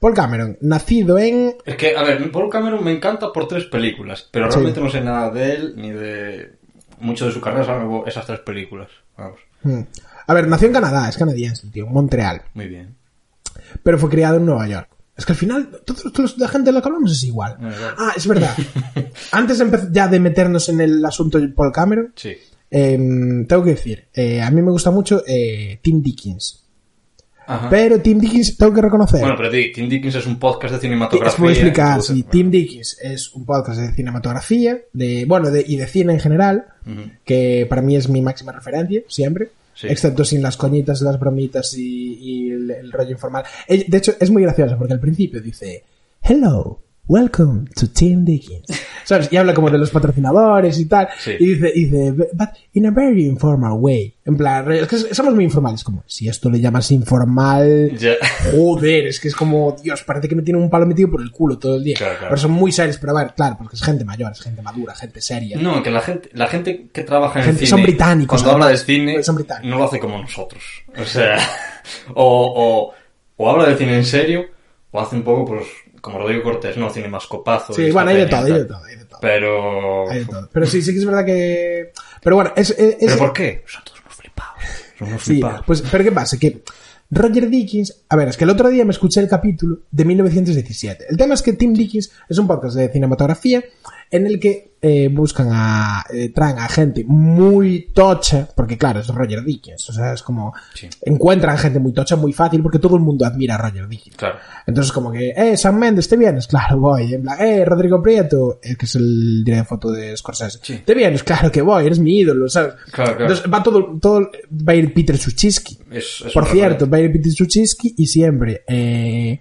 [SPEAKER 1] Paul Cameron, nacido en
[SPEAKER 2] Es que, a ver, Paul Cameron me encanta por tres películas, pero
[SPEAKER 1] Sí.
[SPEAKER 2] realmente no sé nada de él ni de mucho de su carrera, salvo esas tres películas. Vamos,
[SPEAKER 1] mm, a ver, nació en Canadá, es canadiense, el tío, en Montreal,
[SPEAKER 2] muy bien.
[SPEAKER 1] pero fue criado en Nueva York. Es que al final, todos todos la gente de la que hablamos es igual.
[SPEAKER 2] Es verdad.
[SPEAKER 1] Ah, es verdad. Antes de empe- ya de meternos en el asunto de Paul Cameron,
[SPEAKER 2] Sí.
[SPEAKER 1] em, tengo que decir, eh, a mí me gusta mucho eh, Tim Dickens.
[SPEAKER 2] Ajá.
[SPEAKER 1] Pero Tim Dickens, tengo que reconocer,
[SPEAKER 2] Ah. Bueno, pero di, Tim Dickens es un podcast de cinematografía.
[SPEAKER 1] Os voy a explicar,
[SPEAKER 2] entonces,
[SPEAKER 1] sí.
[SPEAKER 2] bueno.
[SPEAKER 1] Team Dickies es un podcast de cinematografía, de, bueno, de, y de cine en general,
[SPEAKER 2] Ujú.
[SPEAKER 1] que para mí es mi máxima referencia, siempre.
[SPEAKER 2] Sí.
[SPEAKER 1] Excepto sin las coñitas, las bromitas y, y el, el rollo informal. Eh, De hecho, es muy gracioso porque al principio dice, hello, welcome to Team Dickens. ¿Sabes? Y habla como de los patrocinadores y tal.
[SPEAKER 2] Sí.
[SPEAKER 1] Y dice, y dice, but in a very informal way. En plan, re- es que somos muy informales. Como, si esto le llamas informal,
[SPEAKER 2] Ya.
[SPEAKER 1] Joder, es que es como, Dios, parece que me tiene un palo metido por el culo todo el día.
[SPEAKER 2] Claro, claro.
[SPEAKER 1] Pero son muy serios, pero a ver, claro, porque es gente mayor, es gente madura, gente seria.
[SPEAKER 2] No, que la gente, la gente que trabaja en
[SPEAKER 1] Gente-
[SPEAKER 2] el cine.
[SPEAKER 1] son británicos,
[SPEAKER 2] Cuando
[SPEAKER 1] además.
[SPEAKER 2] habla de cine,
[SPEAKER 1] Son británicos.
[SPEAKER 2] no lo hace como nosotros. O sea, o, o, o habla de cine en serio, o hace un poco, pues, como Rodrigo Cortés, ¿no? Cine más copazo.
[SPEAKER 1] sí,
[SPEAKER 2] esta
[SPEAKER 1] bueno, hay de
[SPEAKER 2] peña y
[SPEAKER 1] todo, hay de
[SPEAKER 2] tal.
[SPEAKER 1] todo, hay de todo.
[SPEAKER 2] Pero.
[SPEAKER 1] Hay de todo. Pero sí, sí que es verdad que... Pero bueno, es... es- es-
[SPEAKER 2] ¿Pero por qué? Son todos unos flipados. Son unos
[SPEAKER 1] Sí,
[SPEAKER 2] flipados.
[SPEAKER 1] pues, pero ¿qué pasa? Que Roger Dickens... A ver, es que el otro día me escuché el capítulo de 1917. El tema es que Tim Dickens es un podcast de cinematografía en el que eh, buscan a... eh, traen a gente muy tocha, porque claro, es Roger Dickens, o sea, es como...
[SPEAKER 2] Sí,
[SPEAKER 1] encuentran gente muy tocha muy fácil porque todo el mundo admira a Roger Dickens.
[SPEAKER 2] claro.
[SPEAKER 1] Entonces como que, eh, Sam Mendes, ¿te vienes? Claro, voy. En plan, eh, Rodrigo Prieto, el que es el director de foto de Scorsese.
[SPEAKER 2] Sí.
[SPEAKER 1] ¿Te vienes? Claro que voy, eres mi ídolo, ¿sabes?
[SPEAKER 2] Claro, claro.
[SPEAKER 1] Entonces va todo, todo, va a ir Peter Suchinsky.
[SPEAKER 2] Es- es
[SPEAKER 1] Por
[SPEAKER 2] un
[SPEAKER 1] cierto,
[SPEAKER 2] referente.
[SPEAKER 1] va a ir Peter Suchinsky y siempre, eh,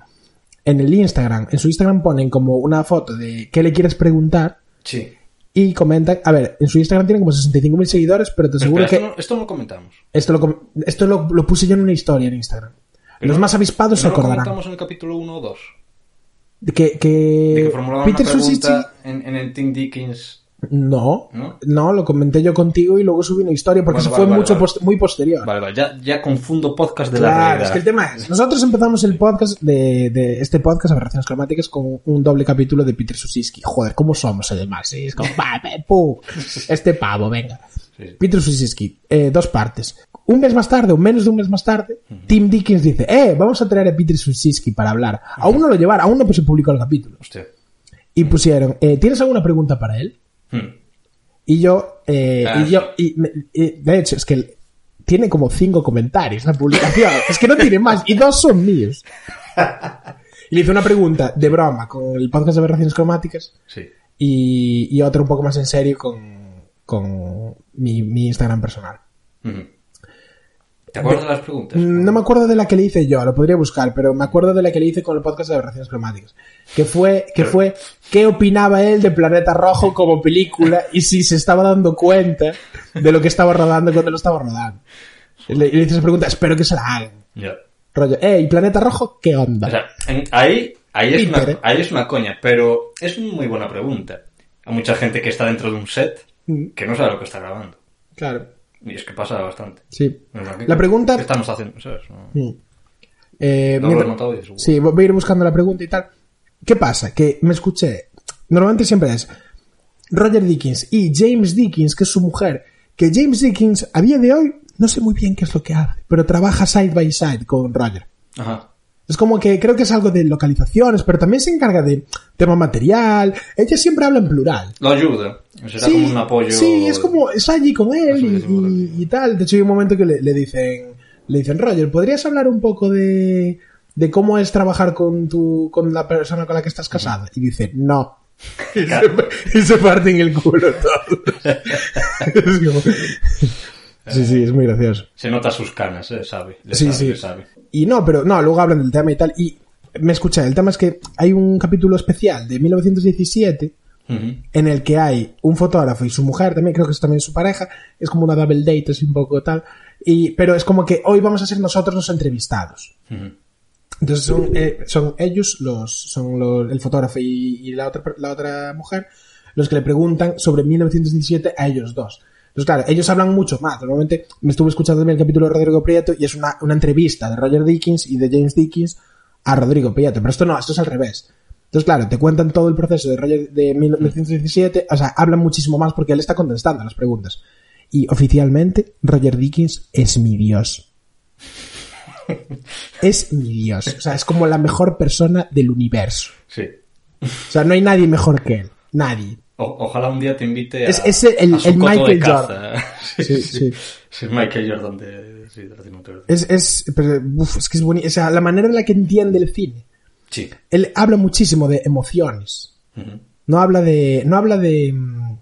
[SPEAKER 1] en el Instagram, en su Instagram ponen como una foto de qué le quieres preguntar
[SPEAKER 2] Sí.
[SPEAKER 1] y comentan, a ver, en su Instagram tiene como 65.000 seguidores, pero te aseguro
[SPEAKER 2] Espera,
[SPEAKER 1] que...
[SPEAKER 2] esto, no, esto no lo comentamos.
[SPEAKER 1] Esto lo, com- esto lo, lo puse yo en una historia en Instagram. Los más avispados se
[SPEAKER 2] ¿No lo
[SPEAKER 1] acordarán.
[SPEAKER 2] comentamos en el capítulo 1 o 2?
[SPEAKER 1] De que,
[SPEAKER 2] De
[SPEAKER 1] que
[SPEAKER 2] que formulaban
[SPEAKER 1] Eh, Peter
[SPEAKER 2] una
[SPEAKER 1] Suchinsky...
[SPEAKER 2] pregunta en, en el Tim Dickens.
[SPEAKER 1] No,
[SPEAKER 2] ¿No?
[SPEAKER 1] no, lo comenté yo contigo y luego subí una historia porque
[SPEAKER 2] Bueno,
[SPEAKER 1] se
[SPEAKER 2] vale,
[SPEAKER 1] fue
[SPEAKER 2] vale,
[SPEAKER 1] mucho
[SPEAKER 2] vale.
[SPEAKER 1] post- muy posterior.
[SPEAKER 2] Vale, vale, ya, ya confundo podcast de la
[SPEAKER 1] Claro,
[SPEAKER 2] realidad.
[SPEAKER 1] es que el tema es, nosotros empezamos el podcast de, de este podcast, Aberraciones Cromáticas, con un doble capítulo de Peter Susiski. Joder, ¿cómo somos además? Sí, Es como, pa, pe, pu, este pavo, venga.
[SPEAKER 2] Sí, sí.
[SPEAKER 1] Peter Susiski, eh, dos partes. Un mes más tarde, o menos de un mes más tarde, Tim Dickens dice, eh, vamos a traer a Peter Suchinsky para hablar. Aún no lo llevaron, aún no se publicó el capítulo.
[SPEAKER 2] Hostia.
[SPEAKER 1] Y pusieron, eh, ¿tienes alguna pregunta para él?
[SPEAKER 2] Hmm.
[SPEAKER 1] Y yo, eh,
[SPEAKER 2] Ah,
[SPEAKER 1] y yo, y me- y de hecho, es que tiene como cinco comentarios la publicación. es que no tiene más, y dos son míos. Y le hice una pregunta de broma con el podcast de aberraciones cromáticas
[SPEAKER 2] Sí.
[SPEAKER 1] y, y otra un poco más en serio con, con mi, mi Instagram personal.
[SPEAKER 2] Hmm. ¿Te acuerdas de las preguntas?
[SPEAKER 1] Mm, No me acuerdo de la que le hice yo, lo podría buscar, pero me acuerdo de la que le hice con el podcast de aberraciones cromáticas. Que fue, que fue, ¿qué opinaba él de Planeta Rojo como película y si se estaba dando cuenta de lo que estaba rodando cuando lo estaba rodando? Y Le, y le hice esa pregunta, espero que se la hagan.
[SPEAKER 2] Ya.
[SPEAKER 1] Rollo, ¿eh? ¿Y Planeta Rojo qué onda?
[SPEAKER 2] O sea, en- ahí, ahí, es
[SPEAKER 1] Peter,
[SPEAKER 2] una,
[SPEAKER 1] ¿eh?
[SPEAKER 2] ahí es una coña, pero es una muy buena pregunta. A mucha gente que está dentro de un set
[SPEAKER 1] Mm.
[SPEAKER 2] que no sabe lo que está grabando.
[SPEAKER 1] claro,
[SPEAKER 2] Y es que pasa bastante.
[SPEAKER 1] sí.
[SPEAKER 2] En plan, ¿qué-
[SPEAKER 1] La pregunta...
[SPEAKER 2] ¿Qué estamos haciendo? ¿Sabes? No,
[SPEAKER 1] Mm. Eh,
[SPEAKER 2] no lo he
[SPEAKER 1] mientras-
[SPEAKER 2] notado y dices,
[SPEAKER 1] Sí, voy a ir buscando la pregunta y tal. ¿Qué pasa? Que me escuché. Normalmente siempre es Roger Dickens y James Dickens, que es su mujer. Que James Dickens, a día de hoy, no sé muy bien qué es lo que hace, pero trabaja side by side con Roger.
[SPEAKER 2] "Wow". Ajá.
[SPEAKER 1] Es como que creo que es algo de localizaciones, pero también se encarga de tema material. Ella siempre habla en plural.
[SPEAKER 2] Lo ayuda. Será como un apoyo.
[SPEAKER 1] Sí, es como, está allí con él
[SPEAKER 2] Eso
[SPEAKER 1] y,
[SPEAKER 2] es lo que
[SPEAKER 1] y- y tal. De hecho, hay un momento que le, le dicen, le dicen, Roger, ¿podrías hablar un poco de, de cómo es trabajar con tu, con la persona con la que estás casada? Y dice, no. Y se, y se parten el culo todo. Es como- Sí, sí, es muy gracioso.
[SPEAKER 2] Se nota sus canas, ¿eh? sabe. Le
[SPEAKER 1] Sí,
[SPEAKER 2] sabe,
[SPEAKER 1] sí.
[SPEAKER 2] le sabe.
[SPEAKER 1] Y no, pero no, luego hablan del tema y tal. Y me escucha, el tema es que hay un capítulo especial de 1917
[SPEAKER 2] Ujú.
[SPEAKER 1] en el que hay un fotógrafo y su mujer, también creo que es también su pareja, es como una double date, es un poco tal, y, pero es como que hoy vamos a ser nosotros los entrevistados.
[SPEAKER 2] Ujú.
[SPEAKER 1] Entonces son, eh, son ellos, los, son los- el fotógrafo y, y la, otra, per- la otra mujer, los que le preguntan sobre 1917 a ellos dos. Entonces, claro, ellos hablan mucho más. Normalmente me estuve escuchando también el capítulo de Rodrigo Prieto y es una, una entrevista de Roger Dickens y de James Dickens a Rodrigo Prieto. Pero esto no, esto es al revés. Entonces, claro, te cuentan todo el proceso de Roger de 1917, o sea, hablan muchísimo más porque él está contestando las preguntas. Y oficialmente, Roger Dickens es mi dios es mi Dios. O sea, es como la mejor persona del universo.
[SPEAKER 2] Sí.
[SPEAKER 1] O sea, no hay nadie mejor que él. Nadie.
[SPEAKER 2] O- ojalá un día te invite a.
[SPEAKER 1] Es- es el-
[SPEAKER 2] a su
[SPEAKER 1] el
[SPEAKER 2] coto de
[SPEAKER 1] Michael
[SPEAKER 2] caza. sí,
[SPEAKER 1] Sí,
[SPEAKER 2] sí,
[SPEAKER 1] sí.
[SPEAKER 2] Es el Michael Jordan de. Sí, de Latino Turtle.
[SPEAKER 1] Es, es, pero, uf, es que es buenísimo. O sea, la manera en la que entiende el cine.
[SPEAKER 2] Sí.
[SPEAKER 1] Él habla muchísimo de emociones.
[SPEAKER 2] Ujú.
[SPEAKER 1] No habla de. No habla de. mm, O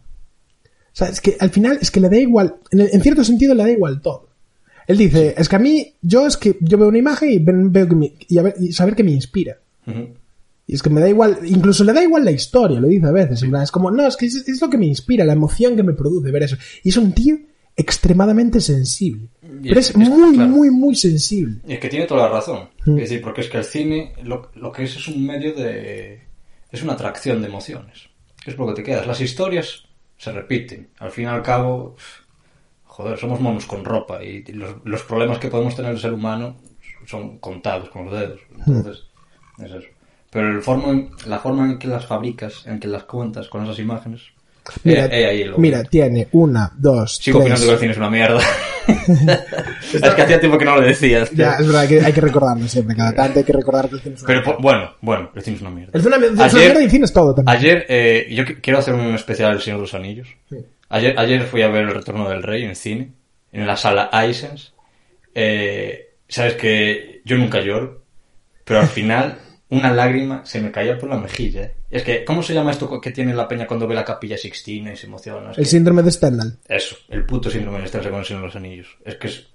[SPEAKER 1] sea, es que al final es que le da igual. En, en cierto sentido le da igual todo. Él dice, es que a mí, yo es que yo veo una imagen y ven- veo que me- y a ver- y saber que me inspira.
[SPEAKER 2] Ujú.
[SPEAKER 1] Y es que me da igual, incluso le da igual la historia, lo dice a veces. en plan, Es como, no, es que es, es lo que me inspira, la emoción que me produce ver eso. Y es un tío extremadamente sensible.
[SPEAKER 2] Y
[SPEAKER 1] pero es,
[SPEAKER 2] es- es-
[SPEAKER 1] muy,
[SPEAKER 2] claro.
[SPEAKER 1] muy, muy sensible.
[SPEAKER 2] Y es que tiene toda la razón.
[SPEAKER 1] Mm.
[SPEAKER 2] Es decir, porque es que el cine lo, lo que es es un medio de... es una atracción de emociones. Es por lo que te quedas. Las historias se repiten. Al fin y al cabo, joder, somos monos con ropa y los, los problemas que podemos tener el ser humano son contados con los dedos.
[SPEAKER 1] Mm.
[SPEAKER 2] Entonces, es eso. Pero el forma, la forma en que las fabricas, en que las cuentas con esas imágenes...
[SPEAKER 1] Mira,
[SPEAKER 2] eh, eh, ahí lo-
[SPEAKER 1] mira, pues tiene una, dos,
[SPEAKER 2] Sigo
[SPEAKER 1] tres.
[SPEAKER 2] opinando que el cine es una mierda. es que hacía tiempo que no lo decías. tío.
[SPEAKER 1] Ya, es verdad que hay que recordarlo siempre. Cada tanto hay que recordar que el cine es una
[SPEAKER 2] Pero
[SPEAKER 1] mierda.
[SPEAKER 2] po- bueno, bueno, el cine es una mierda.
[SPEAKER 1] El cine es una
[SPEAKER 2] Ayer-
[SPEAKER 1] mierda y el cine es todo también.
[SPEAKER 2] Ayer, eh, yo qui- quiero hacer un especial del Señor de los Anillos.
[SPEAKER 1] Sí.
[SPEAKER 2] Ayer, ayer fui a ver El Retorno del Rey en cine, en la sala Isens. Sabes que yo nunca lloro, pero al final una lágrima se me caía por la mejilla. eh. Es que, ¿cómo se llama esto co- que tiene la peña cuando ve la capilla Sixtina y se emociona? Es
[SPEAKER 1] El
[SPEAKER 2] que-
[SPEAKER 1] síndrome de Stendhal.
[SPEAKER 2] Eso, el puto síndrome de estarse con el Señor de los Anillos. Es que es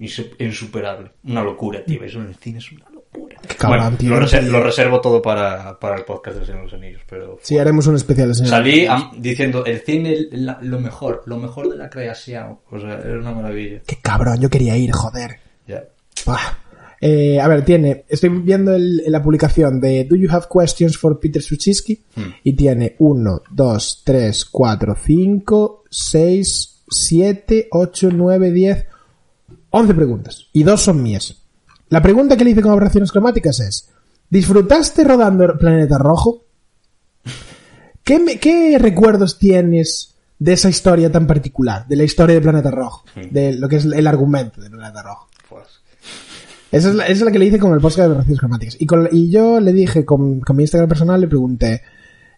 [SPEAKER 2] insu- insuperable. Una locura, tío. Eso en el cine es una locura.
[SPEAKER 1] Qué cabrón, tío,
[SPEAKER 2] Lo,
[SPEAKER 1] no
[SPEAKER 2] reser-
[SPEAKER 1] sabía.
[SPEAKER 2] lo reservo todo para, para el podcast del Señor de los Anillos, pero...
[SPEAKER 1] Sí, haremos un especial. del Señor.
[SPEAKER 2] Salí am- diciendo, el cine la- lo mejor, lo mejor de la creación. O sea, era una maravilla.
[SPEAKER 1] Qué cabrón, yo quería ir, joder.
[SPEAKER 2] Ya.
[SPEAKER 1] Buah. Eh, a ver, tiene. Estoy viendo el- la publicación de Do You Have Questions for Peter Suchinsky?
[SPEAKER 2] Hmm.
[SPEAKER 1] Y tiene 1, 2, 3, 4, 5, 6, 7, 8, 9, 10, 11 preguntas. Y dos son mías. La pregunta que le hice con aberraciones cromáticas es: ¿Disfrutaste rodando Planeta Rojo? ¿Qué, me- qué recuerdos tienes de esa historia tan particular, de la historia de Planeta Rojo, de lo que es el argumento de Planeta Rojo.
[SPEAKER 2] Pues,
[SPEAKER 1] Esa es la, esa es la que le hice con el podcast de relaciones cromáticas. Y, con- y yo le dije con, con mi Instagram personal, le pregunté,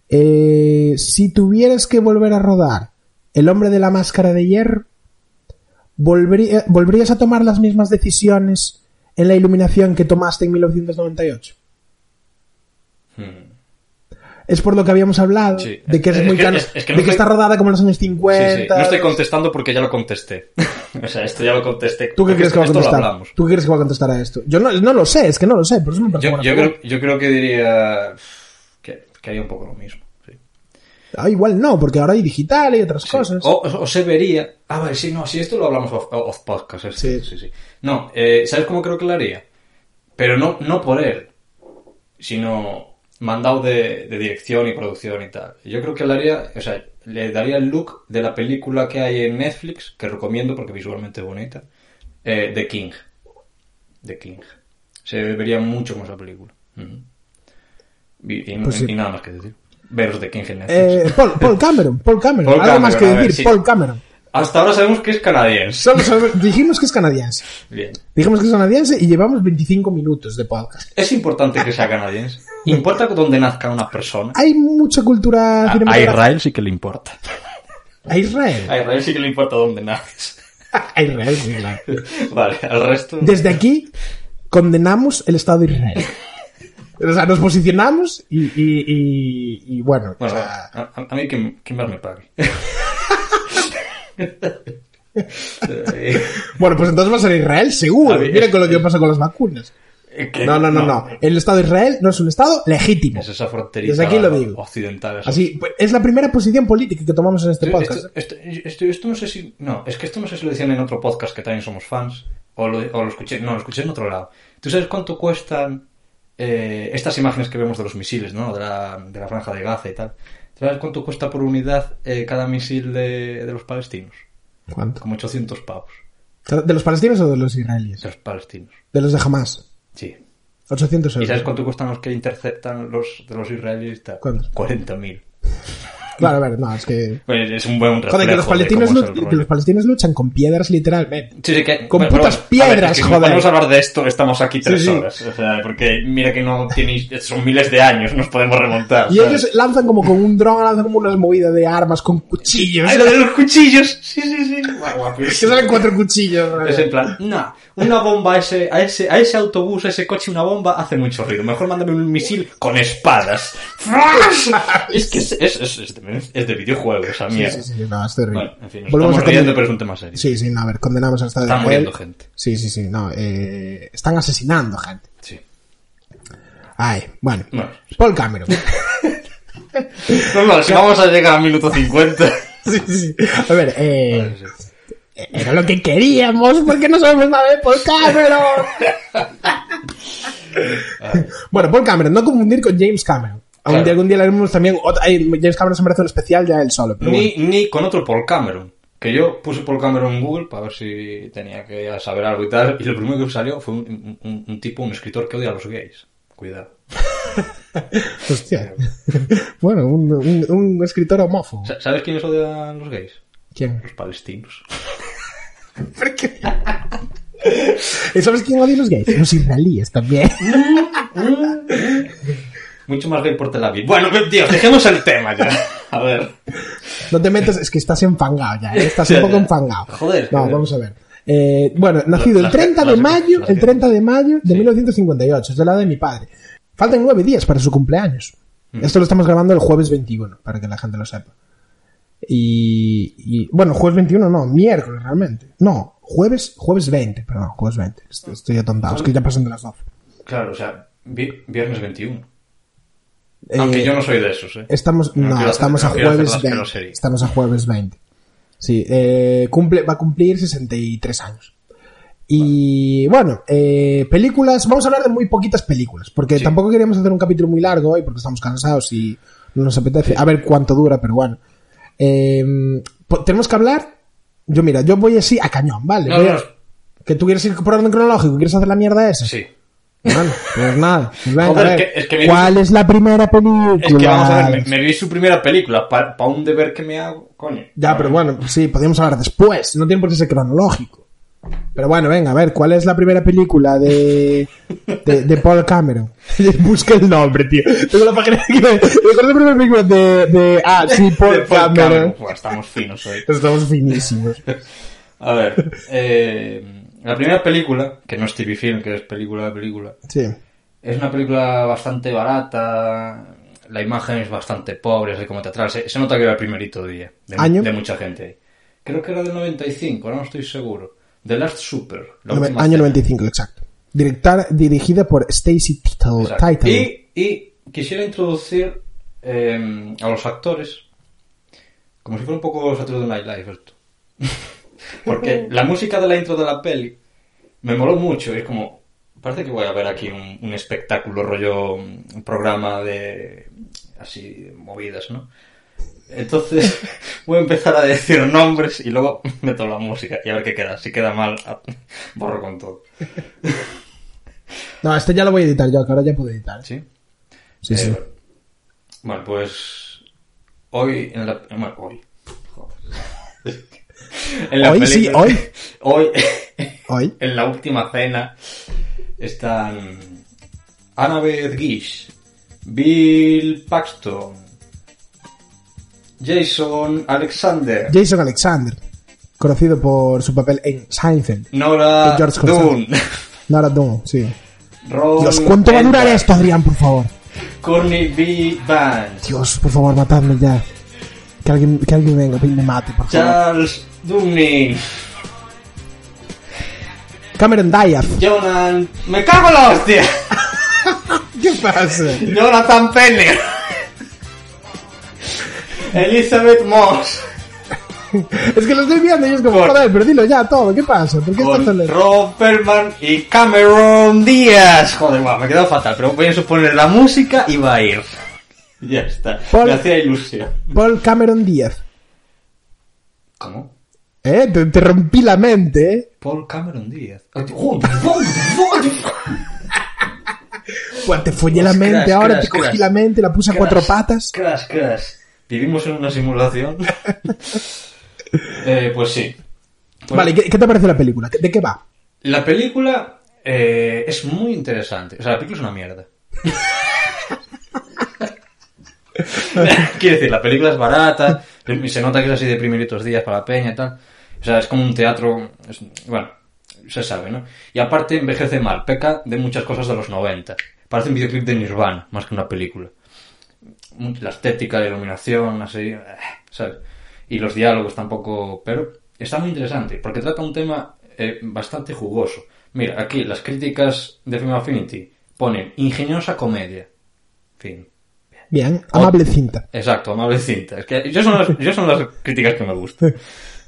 [SPEAKER 1] eh, si tuvieras que volver a rodar El hombre de la máscara de hierro, ¿volvería- ¿volverías a tomar las mismas decisiones en la iluminación que tomaste en 1998?
[SPEAKER 2] hmm.
[SPEAKER 1] Es por lo que habíamos hablado,
[SPEAKER 2] Sí.
[SPEAKER 1] de que es,
[SPEAKER 2] Es
[SPEAKER 1] muy
[SPEAKER 2] que-
[SPEAKER 1] cano-
[SPEAKER 2] es- es que no
[SPEAKER 1] de que está
[SPEAKER 2] estoy-
[SPEAKER 1] rodada como en los años 50.
[SPEAKER 2] Sí, sí. No estoy contestando porque ya lo contesté. o sea, esto ya lo contesté.
[SPEAKER 1] ¿Tú qué
[SPEAKER 2] Porque
[SPEAKER 1] crees que va a
[SPEAKER 2] esto lo
[SPEAKER 1] contestar?
[SPEAKER 2] hablamos.
[SPEAKER 1] ¿Tú qué crees que va a contestar a esto? Yo no, no lo sé, es que no lo sé, por eso me parece
[SPEAKER 2] Yo,
[SPEAKER 1] buena
[SPEAKER 2] yo,
[SPEAKER 1] pregunta.
[SPEAKER 2] creo, yo creo que diría que, que haría un poco lo mismo. sí.
[SPEAKER 1] Ah, igual no, porque ahora hay digital y otras cosas.
[SPEAKER 2] O, o se vería. Ah, vale, sí, no, sí, esto lo hablamos off, off podcast. esto,
[SPEAKER 1] Sí.
[SPEAKER 2] Sí, sí, No, eh, ¿sabes cómo creo que lo haría? Pero no, no por él, sino mandado de, de dirección y producción y tal. Yo creo que le haría, o sea, le daría el look de la película que hay en Netflix, que recomiendo porque visualmente es bonita, eh, The King. The King. Se vería mucho más la película. Ujú. Y, y-
[SPEAKER 1] Pues sí.
[SPEAKER 2] y nada más que decir. Veros The King en Netflix.
[SPEAKER 1] Eh, Paul, Paul Cameron, Paul Cameron.
[SPEAKER 2] Paul
[SPEAKER 1] Algo
[SPEAKER 2] Cameron,
[SPEAKER 1] más que
[SPEAKER 2] a ver,
[SPEAKER 1] decir,
[SPEAKER 2] sí.
[SPEAKER 1] Paul Cameron.
[SPEAKER 2] Hasta ahora sabemos que es canadiense.
[SPEAKER 1] Solo sabemos- dijimos que es canadiense.
[SPEAKER 2] Bien.
[SPEAKER 1] Dijimos que es canadiense y llevamos 25 minutos de podcast.
[SPEAKER 2] Es importante que sea canadiense. Importa dónde nazca una persona.
[SPEAKER 1] Hay mucha
[SPEAKER 2] Ah,
[SPEAKER 1] cultura cinematográfica.
[SPEAKER 2] sí que le importa.
[SPEAKER 1] A Israel.
[SPEAKER 2] A Israel sí que le importa dónde naces.
[SPEAKER 1] A Israel, sí, claro.
[SPEAKER 2] Vale, al resto.
[SPEAKER 1] Desde aquí condenamos el Estado de Israel. O sea, nos posicionamos y, y, y- y bueno, o
[SPEAKER 2] Bueno,
[SPEAKER 1] sea,
[SPEAKER 2] a, a- a mí quien, quien más me pague. Eh,
[SPEAKER 1] bueno, pues entonces va a ser Israel seguro.
[SPEAKER 2] A ver,
[SPEAKER 1] Mira
[SPEAKER 2] es-
[SPEAKER 1] con lo que pasa con las vacunas.
[SPEAKER 2] eh, que-
[SPEAKER 1] No, no, no, no. El Estado de Israel no es un Estado legítimo.
[SPEAKER 2] Es esa fronteriza
[SPEAKER 1] Desde aquí lo digo.
[SPEAKER 2] occidental. esa-
[SPEAKER 1] Así, pues, es la primera posición política que tomamos en este
[SPEAKER 2] Esto,
[SPEAKER 1] podcast.
[SPEAKER 2] esto, esto- esto- esto no sé si. No, es que esto no sé si lo decían en otro podcast que también somos fans. O lo, o lo escuché. No, lo escuché en otro lado. ¿Tú sabes cuánto cuestan eh, estas imágenes que vemos de los misiles, ¿no? De la, de la franja de Gaza y tal. ¿Tú sabes cuánto cuesta por unidad eh, cada misil de, de los palestinos?
[SPEAKER 1] ¿Cuánto?
[SPEAKER 2] Como 800 pavos.
[SPEAKER 1] ¿De los palestinos o de los israelíes?
[SPEAKER 2] De los palestinos.
[SPEAKER 1] De los de Hamas.
[SPEAKER 2] Sí.
[SPEAKER 1] 800
[SPEAKER 2] ¿Y
[SPEAKER 1] euros.
[SPEAKER 2] sabes cuánto cuestan los que interceptan los de los israelíes y tal?
[SPEAKER 1] ¿Cuánto?
[SPEAKER 2] 40.000.
[SPEAKER 1] Claro, a ver, no, es que...
[SPEAKER 2] Pues es un buen reflejo
[SPEAKER 1] Joder, que los,
[SPEAKER 2] de cómo
[SPEAKER 1] palestinos
[SPEAKER 2] es el
[SPEAKER 1] lu-
[SPEAKER 2] rollo.
[SPEAKER 1] que los palestinos luchan con piedras literalmente.
[SPEAKER 2] Sí, sí, que-
[SPEAKER 1] Con putas
[SPEAKER 2] a ver,
[SPEAKER 1] piedras,
[SPEAKER 2] es que
[SPEAKER 1] joder.
[SPEAKER 2] Podemos hablar de esto, estamos aquí tres
[SPEAKER 1] Sí, sí.
[SPEAKER 2] horas. O sea, porque mira que no tenéis. Son miles de años, nos podemos remontar.
[SPEAKER 1] Y
[SPEAKER 2] ¿sabes?
[SPEAKER 1] ellos lanzan como con un dron, lanzan como unas movidas de armas con cuchillos.
[SPEAKER 2] ¡Ay, lo de los cuchillos! Sí, sí, sí. Guau,
[SPEAKER 1] Que
[SPEAKER 2] guapísimo.
[SPEAKER 1] salen cuatro cuchillos.
[SPEAKER 2] Es en plan, no, una bomba a ese, a ese, a ese autobús, a ese coche, una bomba hace mucho ruido. Mejor mándame un misil con espadas. es que es, es, es- es de, es de videojuegos, esa
[SPEAKER 1] Sí, sí,
[SPEAKER 2] mierda.
[SPEAKER 1] sí, no, es terrible.
[SPEAKER 2] Bueno, en fin, nos
[SPEAKER 1] Volvemos
[SPEAKER 2] estamos
[SPEAKER 1] a
[SPEAKER 2] riendo,
[SPEAKER 1] condenar-
[SPEAKER 2] pero es un tema serio.
[SPEAKER 1] Sí, sí, no, a ver, condenamos al Estado de
[SPEAKER 2] Está
[SPEAKER 1] Israel.
[SPEAKER 2] muriendo gente.
[SPEAKER 1] Sí, sí, sí, no, eh, están asesinando gente.
[SPEAKER 2] Sí.
[SPEAKER 1] Ay, bueno.
[SPEAKER 2] Bueno.
[SPEAKER 1] Paul Cameron.
[SPEAKER 2] No, no, Pues si vamos a llegar a minuto 50.
[SPEAKER 1] Sí, sí. A ver, eh, era lo que queríamos, porque no sabemos nada de Paul Cameron. bueno, Paul Cameron, no confundir con James Cameron. Algún
[SPEAKER 2] Claro.
[SPEAKER 1] día, algún día le haremos también. ot- ay, James Cameron se merece un especial ya él solo. Pero bueno.
[SPEAKER 2] ni, ni con otro Paul Cameron. Que yo puse Paul Cameron en Google para ver si tenía que saber algo y tal. Y lo primero que me salió fue un, un- un tipo, un escritor que odia a los gays. Cuidado.
[SPEAKER 1] Hostia. bueno, un, un- un escritor homófobo.
[SPEAKER 2] Sa- ¿Sabes quiénes odian a los gays?
[SPEAKER 1] ¿Quién?
[SPEAKER 2] Los palestinos.
[SPEAKER 1] ¿Por qué? ¿Y sabes quién odia a los gays? Los israelíes también.
[SPEAKER 2] Mucho más gay por Tel Aviv. Bueno, Dios, dejemos el tema ya. A ver.
[SPEAKER 1] No te metas, es que estás enfangado ya, ¿eh? estás un
[SPEAKER 2] Ya,
[SPEAKER 1] poco
[SPEAKER 2] ya.
[SPEAKER 1] enfangado.
[SPEAKER 2] Joder,
[SPEAKER 1] No,
[SPEAKER 2] joder.
[SPEAKER 1] vamos a ver. Eh, bueno, nacido el
[SPEAKER 2] las-
[SPEAKER 1] 30 de
[SPEAKER 2] las-
[SPEAKER 1] mayo,
[SPEAKER 2] las-
[SPEAKER 1] el 30 de mayo de
[SPEAKER 2] Sí.
[SPEAKER 1] 1958, es de la edad de mi padre. Faltan nueve días para su cumpleaños.
[SPEAKER 2] Mm.
[SPEAKER 1] Esto lo estamos grabando el jueves 21, para que la gente lo sepa. Y, y- bueno, jueves 21 no, miércoles realmente. No, jueves, jueves 20, perdón, jueves 20. Estoy, estoy atontado, es que ya pasan de las 12.
[SPEAKER 2] Claro, o sea, vi- viernes 21.
[SPEAKER 1] Eh, este
[SPEAKER 2] Aunque yo no soy de esos, ¿eh?
[SPEAKER 1] Estamos,
[SPEAKER 2] No
[SPEAKER 1] no,
[SPEAKER 2] quiero hacer-
[SPEAKER 1] estamos
[SPEAKER 2] no
[SPEAKER 1] a
[SPEAKER 2] quiero hacer
[SPEAKER 1] jueves
[SPEAKER 2] las
[SPEAKER 1] 20.
[SPEAKER 2] peloserías.
[SPEAKER 1] Estamos a jueves 20. Sí, eh, cumple, va a cumplir 63 años. Y bueno, eh, películas, vamos a hablar de muy poquitas películas, porque
[SPEAKER 2] Sí.
[SPEAKER 1] tampoco queríamos hacer un capítulo muy largo hoy, porque estamos cansados y no nos apetece. A ver cuánto dura, pero bueno. Eh, po- tenemos que hablar. Yo, mira, yo voy así a cañón, ¿vale?
[SPEAKER 2] No,
[SPEAKER 1] Voy a-
[SPEAKER 2] no, no.
[SPEAKER 1] Que tú quieres ir por orden cronológico, quieres hacer la mierda esa.
[SPEAKER 2] Sí.
[SPEAKER 1] Bueno, pues nada. pues venga,
[SPEAKER 2] Joder,
[SPEAKER 1] a ver,
[SPEAKER 2] es que- es que me-
[SPEAKER 1] ¿Cuál es la primera película?
[SPEAKER 2] Es que vamos a ver, me, me vi su primera película, para un deber que me hago, coño.
[SPEAKER 1] Ya, pero bueno, pues sí, podemos hablar después. No tiene por qué ser cronológico. Pero bueno, venga, a ver, ¿cuál es la primera película de, de, de Paul Cameron? Busca el nombre, tío. Tengo la página aquí. ¿Cuál es la primera película de, de... Ah, sí,
[SPEAKER 2] De
[SPEAKER 1] Paul
[SPEAKER 2] Paul
[SPEAKER 1] Cameron.
[SPEAKER 2] Cameron. Buah, estamos finos hoy.
[SPEAKER 1] Estamos finísimos.
[SPEAKER 2] A ver, eh, la primera película, que no es TV Film, que es película de película,
[SPEAKER 1] Sí.
[SPEAKER 2] es una película bastante barata, la imagen es bastante pobre, es como teatral, se, se nota que era el primerito día de,
[SPEAKER 1] ¿Año?
[SPEAKER 2] de mucha gente ahí. Creo que era del 95, ahora no estoy seguro. The Last Super, la
[SPEAKER 1] Nove-
[SPEAKER 2] última
[SPEAKER 1] año
[SPEAKER 2] cena.
[SPEAKER 1] 95, exacto. Directar, dirigida por Stacy Title.
[SPEAKER 2] Exacto.
[SPEAKER 1] Title.
[SPEAKER 2] Y, y quisiera introducir eh, a los actores como si fuera un poco Saturday Night Live esto. Porque la música de la intro de la peli me moló mucho. Es como, parece que voy a ver aquí un, un espectáculo, rollo, un programa de así, movidas, ¿no? Entonces voy a empezar a decir nombres y luego meto la música y a ver qué queda. Si queda mal, borro con todo.
[SPEAKER 1] No, este ya lo voy a editar yo, que ahora ya puedo editar.
[SPEAKER 2] ¿Sí?
[SPEAKER 1] Sí, sí.
[SPEAKER 2] Eh, Bueno, pues hoy en la bueno, hoy. Joder. En
[SPEAKER 1] Hoy sí,
[SPEAKER 2] película-
[SPEAKER 1] hoy.
[SPEAKER 2] hoy
[SPEAKER 1] Hoy.
[SPEAKER 2] en la última cena están Annabeth Gish, Bill Paxton, Jason Alexander,
[SPEAKER 1] Jason Alexander, conocido por su papel en Seinfeld.
[SPEAKER 2] Nora
[SPEAKER 1] George
[SPEAKER 2] Dunn,
[SPEAKER 1] Nora Dunn, sí.
[SPEAKER 2] Ron
[SPEAKER 1] Dios, ¿cuánto va a durar
[SPEAKER 2] Edwards,
[SPEAKER 1] esto, Adrián, por favor?
[SPEAKER 2] Courtney B. Vance,
[SPEAKER 1] Dios, por favor, matadme ya. Que alguien, que alguien venga pues, y me mate, por favor.
[SPEAKER 2] Charles Dunning.
[SPEAKER 1] Cameron Diaz.
[SPEAKER 2] Jonathan. ¡Me cago en la hostia!
[SPEAKER 1] ¿Qué pasa?
[SPEAKER 2] Jonathan Penny. Elizabeth Moss.
[SPEAKER 1] Es que lo estoy viendo y es como,
[SPEAKER 2] Por-
[SPEAKER 1] joder, pero dilo ya todo, ¿qué pasa? ¿Por qué estás tan
[SPEAKER 2] Con
[SPEAKER 1] lejos?
[SPEAKER 2] Rob Perlman y Cameron Díaz. Joder, guau, me he quedado fatal, pero voy a suponer la música y va a ir. Ya está.
[SPEAKER 1] Por-
[SPEAKER 2] Me hacía ilusión.
[SPEAKER 1] Paul Cameron Díaz.
[SPEAKER 2] ¿Cómo?
[SPEAKER 1] Eh, te, te rompí la mente, eh.
[SPEAKER 2] Paul Cameron Díaz. Joder,
[SPEAKER 1] Buah, te follé la
[SPEAKER 2] Crash,
[SPEAKER 1] mente
[SPEAKER 2] crash,
[SPEAKER 1] ahora, te
[SPEAKER 2] crash.
[SPEAKER 1] cogí la mente, la puse a cuatro patas.
[SPEAKER 2] Crash, crash. Vivimos en una simulación. Eh, pues sí. Pues-
[SPEAKER 1] Vale, ¿qué, qué te parece la película? ¿De qué va?
[SPEAKER 2] La película eh, es muy interesante. O sea, la película es una mierda. Quiero decir, la película es barata, y se nota que es así de primeritos días para la peña y tal. O sea, es como un teatro. es- bueno, se sabe, ¿no? Y aparte envejece mal, peca de muchas cosas de los 90. Parece un videoclip de Nirvana, más que una película. Mucho- La estética, la iluminación, así, eh, ¿sabes? Y los diálogos tampoco. Pero está muy interesante, porque trata un tema eh, bastante jugoso. Mira, aquí las críticas de Film Affinity ponen ingeniosa comedia. Fin.
[SPEAKER 1] Bien, amable cinta.
[SPEAKER 2] Exacto, amable cinta. Es que yo son las, yo son las críticas que me gustan.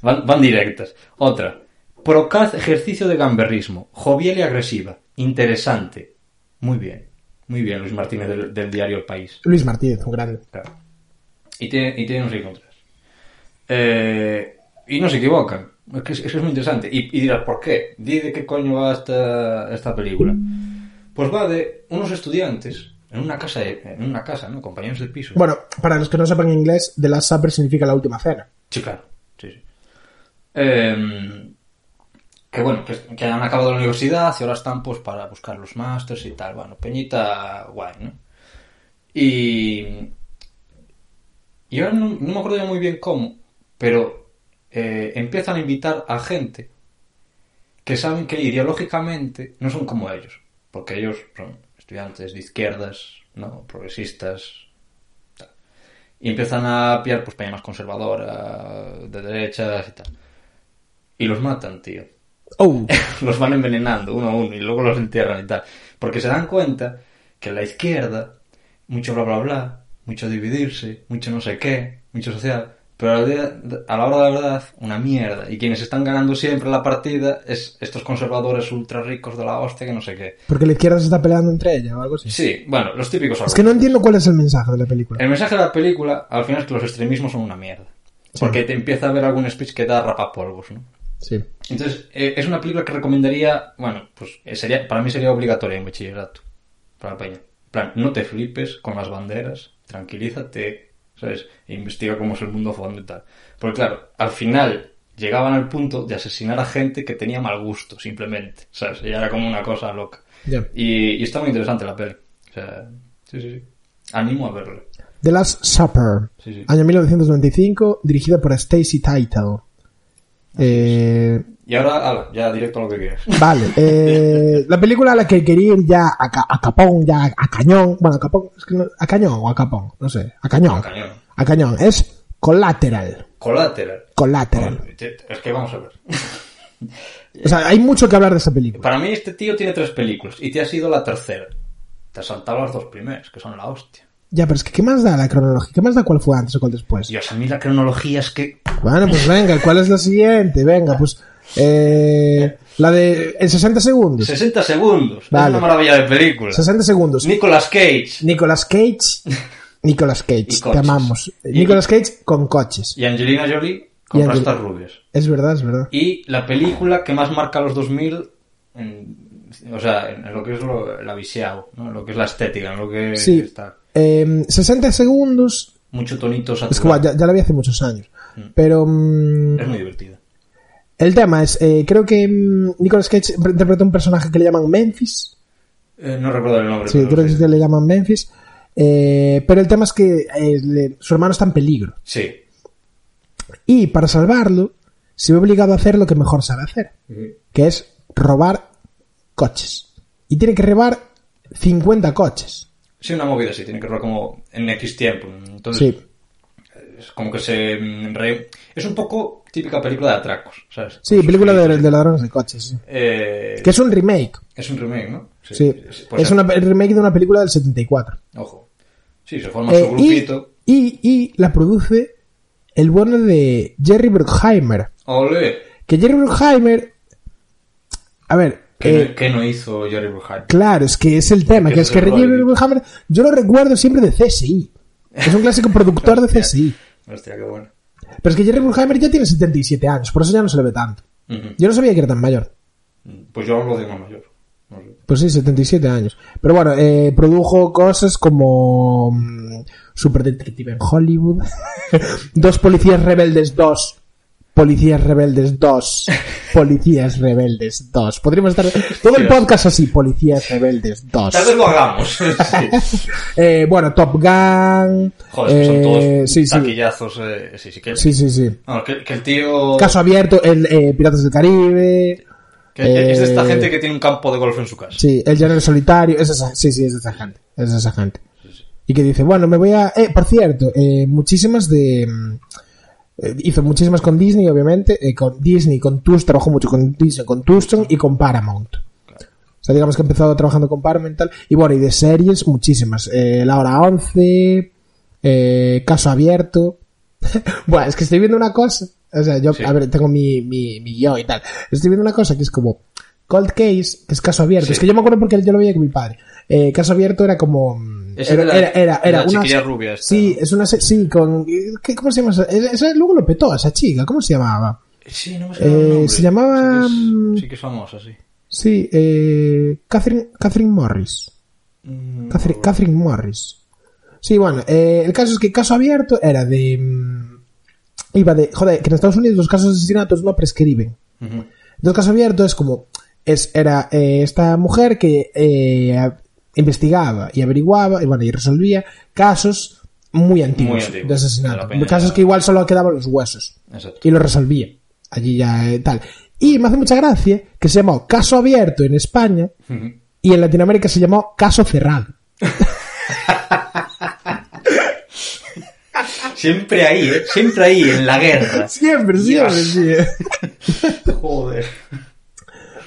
[SPEAKER 2] Van, van directas. Otra. Procaz ejercicio de gamberrismo. Jovial y agresiva. Interesante. Muy bien. Muy bien, Luis Martínez del, del diario El País.
[SPEAKER 1] Luis Martínez, un grande.
[SPEAKER 2] Claro. Y tiene, y tiene no sé qué contras. Eh, y no se equivocan. Es que es, es que es muy interesante. Y, y dirás, ¿por qué? Di de qué coño va esta, esta película. Pues va de unos estudiantes en una casa, de- en una casa, ¿no? Compañeros del piso.
[SPEAKER 1] Bueno, para los que no sepan inglés, The Last Supper significa la última cena.
[SPEAKER 2] Sí, claro. Sí, sí. Em, que bueno, que, que han acabado la universidad y ahora están pues para buscar los másters y tal. Bueno, Peñita guay, ¿no? Y. Y ahora no, no me acuerdo ya muy bien cómo, pero eh, empiezan a invitar a gente que saben que ideológicamente no son como ellos, porque ellos son estudiantes de izquierdas, ¿no? progresistas, y empiezan a pillar pues peña más conservadora, de derechas y tal. Y los matan, tío.
[SPEAKER 1] Oh,
[SPEAKER 2] los van envenenando uno a uno y luego los entierran y tal. Porque se dan cuenta que la izquierda, mucho bla bla bla, mucho dividirse, mucho no sé qué, mucho social, pero a la, de- a la hora de la verdad, una mierda. Y quienes están ganando siempre la partida es estos conservadores ultra ricos de la hostia que no sé qué.
[SPEAKER 1] porque la izquierda se está peleando entre ella o algo así.
[SPEAKER 2] Sí, Em, bueno, los típicos
[SPEAKER 1] Es que no entiendo cuál es el mensaje de la película.
[SPEAKER 2] El mensaje de la película al final es que los extremismos son una mierda. Porque te empieza a ver algún speech que da rapapolvos, ¿no?
[SPEAKER 1] Sí.
[SPEAKER 2] Entonces, eh, es una película que recomendaría, bueno, pues eh, sería, para mí sería obligatoria en bachillerato, para la peña. En plan, no te flipes con las banderas, tranquilízate, ¿sabes? E investiga cómo es el mundo a fondo y tal. Porque claro, al final llegaban al punto de asesinar a gente que tenía mal gusto, simplemente, ¿sabes? Y era como una cosa loca.
[SPEAKER 1] Ya.
[SPEAKER 2] Y, y está muy interesante la peli. O sea, sí, sí, sí. Animo a verla.
[SPEAKER 1] The Last Supper,
[SPEAKER 2] Sí, sí.
[SPEAKER 1] año 1995, dirigida por Stacy Title. Eh,
[SPEAKER 2] Y ahora, ala, ya directo a lo que quieras.
[SPEAKER 1] Vale, eh, la película a la que quería ir ya a, ca- a capón, ya a, a cañón, bueno, a capón, es que no- a cañón o a capón, no sé, a cañón,
[SPEAKER 2] A cañón.
[SPEAKER 1] a cañón, es Collateral,
[SPEAKER 2] Collateral.
[SPEAKER 1] Collateral.
[SPEAKER 2] este, Es que vamos a ver.
[SPEAKER 1] O sea, hay mucho que hablar de esta película.
[SPEAKER 2] Para mí este tío tiene tres películas y te ha sido la tercera. Te has saltado las dos primeras, que son la hostia.
[SPEAKER 1] Ya, pero es que ¿qué más da la cronología? ¿Qué más da cuál fue antes o cuál después?
[SPEAKER 2] Dios, a mí la cronología es que...
[SPEAKER 1] Bueno, pues venga, ¿cuál es la siguiente? Venga, pues, eh, la de, en 60 segundos,
[SPEAKER 2] 60 segundos. Es
[SPEAKER 1] Vale.
[SPEAKER 2] una maravilla de película.
[SPEAKER 1] 60 segundos,
[SPEAKER 2] Nicolas Cage
[SPEAKER 1] Nicolas Cage. Nicolas Cage,
[SPEAKER 2] Y
[SPEAKER 1] te
[SPEAKER 2] coches.
[SPEAKER 1] amamos.
[SPEAKER 2] Y-
[SPEAKER 1] Nicolas Cage con coches.
[SPEAKER 2] y Angelina Jolie con
[SPEAKER 1] Y Angel-
[SPEAKER 2] rastas rubias.
[SPEAKER 1] Es verdad, es verdad.
[SPEAKER 2] Y la película que más marca los 2000, en- o sea, en lo que es lo, la viciado, ¿no? lo que es la estética, en lo que
[SPEAKER 1] Sí.
[SPEAKER 2] está...
[SPEAKER 1] Eh, 60 segundos.
[SPEAKER 2] Mucho tonito saturado.
[SPEAKER 1] Es que bueno, ya, ya la vi hace muchos años. Pero mm,
[SPEAKER 2] Es muy divertida.
[SPEAKER 1] el tema es, eh, creo que mm, Nicolas Cage interpreta un personaje que le llaman Memphis.
[SPEAKER 2] Eh, no recuerdo el nombre.
[SPEAKER 1] Sí,
[SPEAKER 2] pero
[SPEAKER 1] creo que
[SPEAKER 2] sí.
[SPEAKER 1] es que le llaman Memphis. Eh, pero el tema es que eh, le- su hermano está en peligro.
[SPEAKER 2] Sí.
[SPEAKER 1] Y para salvarlo, se ve obligado a hacer lo que mejor sabe hacer. que es robar coches. Y tiene que robar 50 coches.
[SPEAKER 2] Sí, una movida así, tiene que robar como en X tiempo. Entonces,
[SPEAKER 1] Sí,
[SPEAKER 2] es como que se mm, re- Es un poco típica película de atracos, ¿sabes?
[SPEAKER 1] pues, sí, película de, de ladrones de coches. sí.
[SPEAKER 2] Eh,
[SPEAKER 1] Que es un remake.
[SPEAKER 2] Es un remake, ¿no?
[SPEAKER 1] Sí, Pues
[SPEAKER 2] puede
[SPEAKER 1] es
[SPEAKER 2] ser.
[SPEAKER 1] una, el remake de una película del 74.
[SPEAKER 2] Ojo. Sí, se forma
[SPEAKER 1] Eh,
[SPEAKER 2] su
[SPEAKER 1] y,
[SPEAKER 2] grupito.
[SPEAKER 1] y, y la produce el bueno de Jerry Bruckheimer.
[SPEAKER 2] ¡Ole!
[SPEAKER 1] Que Jerry Bruckheimer. A ver.
[SPEAKER 2] ¿Qué,
[SPEAKER 1] eh,
[SPEAKER 2] no, qué no hizo Jerry Bruckheimer?
[SPEAKER 1] Claro, es que es el tema,
[SPEAKER 2] que
[SPEAKER 1] que es
[SPEAKER 2] es
[SPEAKER 1] que
[SPEAKER 2] el
[SPEAKER 1] Jerry
[SPEAKER 2] rollo.
[SPEAKER 1] Bruckheimer, yo lo recuerdo siempre de CSI. Es un clásico productor de CSI.
[SPEAKER 2] Hostia, qué bueno.
[SPEAKER 1] Pero es que Jerry Bruckheimer ya tiene 77 años, por eso ya no se le ve tanto.
[SPEAKER 2] Ujú.
[SPEAKER 1] Yo no sabía que era tan mayor.
[SPEAKER 2] Pues yo hablo de más mayor. No sé.
[SPEAKER 1] Pues sí, 77 años. Pero bueno, eh, produjo cosas como mm, Super Detective en Hollywood, Dos Policías Rebeldes 2, Policías Rebeldes 2, Policías Rebeldes 2. Podríamos estar todo el
[SPEAKER 2] Dios.
[SPEAKER 1] podcast así, Policías Rebeldes 2.
[SPEAKER 2] Tal vez lo hagamos. sí.
[SPEAKER 1] Eh, bueno, Top Gun.
[SPEAKER 2] Joder, es que son
[SPEAKER 1] eh,
[SPEAKER 2] todos
[SPEAKER 1] sí, sí,
[SPEAKER 2] taquillazos. eh, sí, sí, que,
[SPEAKER 1] sí, sí, sí.
[SPEAKER 2] Vamos, que, que el tío.
[SPEAKER 1] Caso abierto, el, eh, Piratas del Caribe.
[SPEAKER 2] que- que es de esta
[SPEAKER 1] eh,
[SPEAKER 2] gente que tiene un campo de golf en su casa.
[SPEAKER 1] Sí, el llanero solitario, es esa, sí, sí, es esa gente, es esa gente. Y que dice, bueno, me voy a... Eh, por cierto, eh, muchísimas de... mm, eh, hizo muchísimas con Disney, obviamente, eh, con Disney, con Tus, trabajó mucho con Disney, con Tuston y con Paramount. O sea, digamos que empezó trabajando con Paramount y tal. Y bueno, y de series, muchísimas. Eh, La Hora 11, eh, Caso Abierto. bueno, es que estoy viendo una cosa. O sea, yo,
[SPEAKER 2] Sí.
[SPEAKER 1] a ver, tengo mi, mi, mi guión y tal. Estoy viendo una cosa que es como Cold Case, que es Caso Abierto.
[SPEAKER 2] Sí.
[SPEAKER 1] Es que yo me acuerdo porque yo lo veía con mi padre. Eh, caso Abierto era como... mm,
[SPEAKER 2] Esa de la- de la
[SPEAKER 1] una-
[SPEAKER 2] chiquilla rubia esta,
[SPEAKER 1] Sí,
[SPEAKER 2] ¿no?
[SPEAKER 1] es una... se- Sí, con... ¿qué- ¿Cómo se llama? esa? Esa- esa- luego lo petó esa chica. ¿Cómo se llamaba?
[SPEAKER 2] Sí, no me
[SPEAKER 1] suena el Eh, nombre. se llamaba, Sí que es- mm, sí
[SPEAKER 2] que es famosa, sí.
[SPEAKER 1] Sí, eh, Catherine, Catherine Morris. Catherine, Catherine Morris. Sí, bueno, eh, el caso es que caso abierto era de... mm, Iba de... Joder, que en Estados Unidos los casos de asesinatos no prescriben. Entonces caso abierto es como... Es, era eh, esta mujer que eh, a- investigaba y averiguaba y, bueno, y resolvía casos muy antiguos,
[SPEAKER 2] antiguos,
[SPEAKER 1] de
[SPEAKER 2] de la
[SPEAKER 1] asesinato.
[SPEAKER 2] peña
[SPEAKER 1] casos
[SPEAKER 2] de-
[SPEAKER 1] que igual solo quedaban los huesos
[SPEAKER 2] Exacto.
[SPEAKER 1] y lo resolvía. Allí ya eh, tal. Y me hace mucha gracia que se llamó caso abierto en España y en Latinoamérica se llamó caso cerrado.
[SPEAKER 2] Siempre ahí, ¿eh? Siempre ahí, en la guerra.
[SPEAKER 1] Siempre,
[SPEAKER 2] Dios.
[SPEAKER 1] siempre,
[SPEAKER 2] Joder.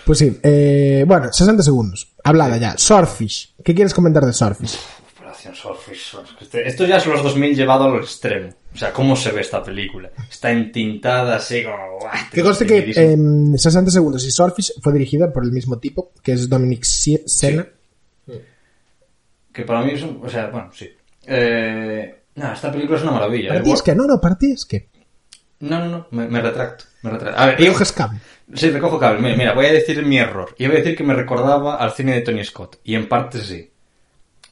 [SPEAKER 1] Pues sí, eh, bueno, 60 segundos. Hablada ya. Swordfish. ¿Qué quieres comentar de Swordfish?
[SPEAKER 2] Operación Swordfish. bueno, es que este- Esto ya es los 2000 llevado al extremo. O sea, ¿cómo se ve esta película? Está entintada así como... este guau,
[SPEAKER 1] Que conste que
[SPEAKER 2] tristilísimo.
[SPEAKER 1] em, 60 segundos y Swordfish fue dirigida por el mismo tipo, que es Dominic Sie- Sena.
[SPEAKER 2] Que para mí es un... O sea, bueno, sí. Eh... Nada, esta película es una maravilla.
[SPEAKER 1] Para
[SPEAKER 2] ¿eh?
[SPEAKER 1] ti es que, no, no, para ti es que.
[SPEAKER 2] No, no, no, me, me retracto. Me retracto. A ver, yo-
[SPEAKER 1] Coges cable.
[SPEAKER 2] Sí, recojo cable. Mira, mira, voy a decir mi error. Yo voy a decir que me recordaba al cine de Tony Scott. Y en parte sí.